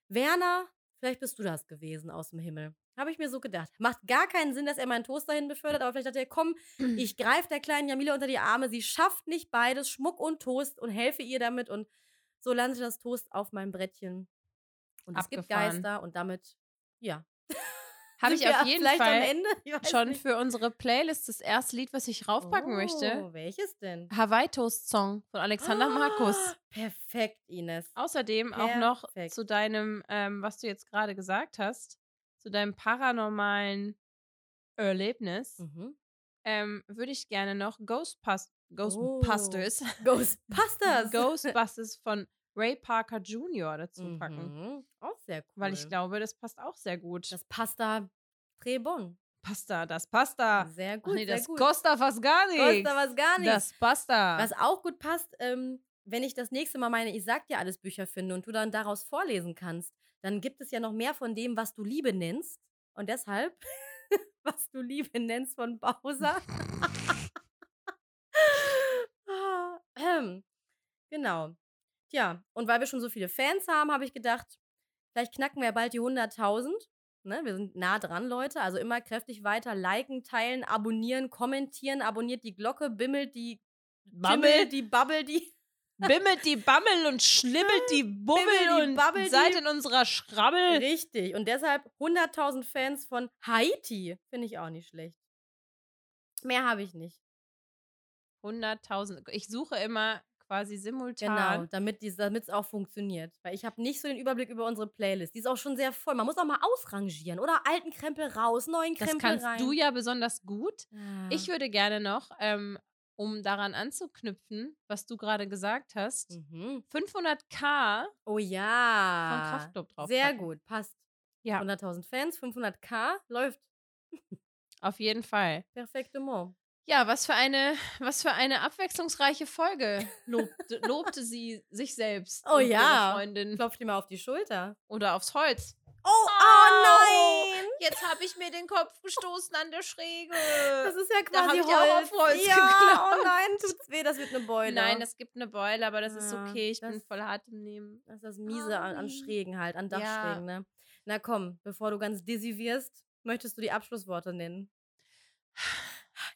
B: Werner, vielleicht bist du das gewesen aus dem Himmel. Habe ich mir so gedacht. Macht gar keinen Sinn, dass er meinen Toast dahin befördert, aber vielleicht dachte er,
A: <clears throat>
B: komm, ich greife der kleinen Jamila unter die Arme. Sie schafft nicht beides, Schmuck und Toast, und helfe ihr damit. Und so landete das Toast auf meinem Brettchen. Und es gibt
A: Abgefahren.
B: Geister und damit, ja.
A: Habe
B: Sind
A: ich
B: wir
A: auf jeden
B: vielleicht am
A: Fall
B: Ende? <laughs> Ich weiß
A: schon
B: nicht.
A: für unsere Playlist das erste Lied, was ich raufpacken möchte.
B: Oh, Ah. welches denn?
A: Hawaii Toast Song von Alexander Markus.
B: Perfekt, Ines.
A: Außerdem auch noch
B: Perfekt.
A: zu deinem, ähm, was du jetzt gerade gesagt hast, zu deinem paranormalen Erlebnis,
B: Mhm.
A: ähm, würde ich gerne noch Ghostbust
B: Oh. <laughs>
A: Ghostbusters, <laughs>
B: Ghostbusters.
A: Ghostbusters von Ray Parker Jr. dazu packen.
B: Mhm. Auch sehr cool.
A: Weil ich glaube, das passt auch sehr gut. Das
B: das Pasta très bon.
A: passt da, das passt da.
B: Sehr
A: Ah. Ach
B: gut,
A: nee,
B: sehr
A: das
B: gut.
A: kostet fast gar
B: Kostet
A: nichts.
B: was gar nichts.
A: Das passt da.
B: Was auch gut passt, ähm, wenn ich das nächste Mal meine Ich sag dir alles Bücher finde und du dann daraus vorlesen kannst, dann gibt es ja noch mehr von dem, was du Liebe nennst. Und deshalb, <laughs> was du Liebe nennst von Bowser. <laughs> Ah, ähm, genau. Tja, und weil wir schon so viele Fans haben, habe ich gedacht, vielleicht knacken wir ja bald die 100.000. Ne, wir sind nah dran, Leute. Also immer kräftig weiter liken, teilen, abonnieren, kommentieren, abonniert die Glocke, bimmelt die Bimmel,
A: Bammel,
B: die Bubble, die.
A: <laughs>
B: <laughs>
A: bimmelt die Bammel und schlimmelt die Bummel
B: Bimmel die
A: und
B: Babbel die-
A: seid in unserer Schrabbel.
B: Richtig. Und deshalb 100.000 Fans von Haiti. Finde ich auch nicht schlecht. Mehr habe ich nicht.
A: 100.000. Ich suche immer quasi
B: Genau,
A: simultan.
B: damit es auch funktioniert. Weil ich habe nicht so den Überblick über unsere Playlist. Die ist auch schon sehr voll. Man muss auch mal ausrangieren. Oder alten Krempel raus, neuen
A: Das
B: Krempel
A: kannst
B: rein.
A: du ja besonders gut.
B: Ah.
A: Ich würde gerne noch, ähm, um daran anzuknüpfen, was du gerade gesagt hast,
B: Mhm.
A: 500k
B: Oh
A: von
B: ja.
A: Kraftclub drauf.
B: Sehr gut, passt.
A: Ja.
B: 100.000 Fans, 500k, läuft
A: Auf jeden Fall.
B: perfektement.
A: Ja, was für eine, was für eine abwechslungsreiche Folge lobte, lobte sie sich selbst.
B: Oh
A: und ihre
B: ja.
A: Freundin.
B: Klopft ihm mal auf die Schulter.
A: Oder aufs Holz.
B: Oh, oh nein!
A: Jetzt habe ich mir den Kopf gestoßen an der Schräge.
B: Das ist ja
A: Da hab
B: quasi
A: ich auch
B: Holz.
A: auf Holz
B: ja,
A: geklopft.
B: oh nein, tut's weh, das wird eine Beule.
A: Nein, das gibt eine Beule, aber Ah, das ist
B: Ja,
A: okay. Ich bin
B: das-
A: voll hart im Nehmen.
B: das ist das Miese an, an
A: Aui.
B: Schrägen halt, an
A: Ja.
B: Dachschrägen, ne? Na komm, bevor du ganz dizzy wirst, möchtest du die Abschlussworte nennen?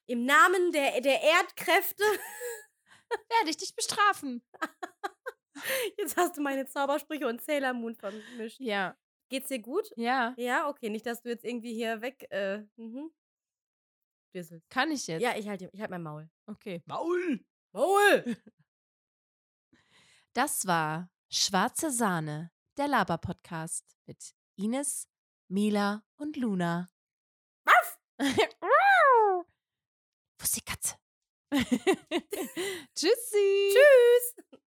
B: Im Namen der, der Erdkräfte, <laughs>
A: Werde ich dich bestrafen.
B: jetzt hast du meine Zaubersprüche und Sailor Moon vermischt.
A: Ja.
B: Geht's dir gut?
A: Ja.
B: Ja, okay, nicht, dass du jetzt irgendwie hier weg, äh, mhm. Düsselst.
A: Kann ich jetzt?
B: Ja, ich halte ich halt mein Maul.
A: Okay. Maul!
B: <laughs> Maul!
A: Das war Schwarze Sahne, der Laber-Podcast mit Ines, Mila und Luna. <laughs> Wo <laughs> ist die Katze? Tschüssi!
B: Tschüss!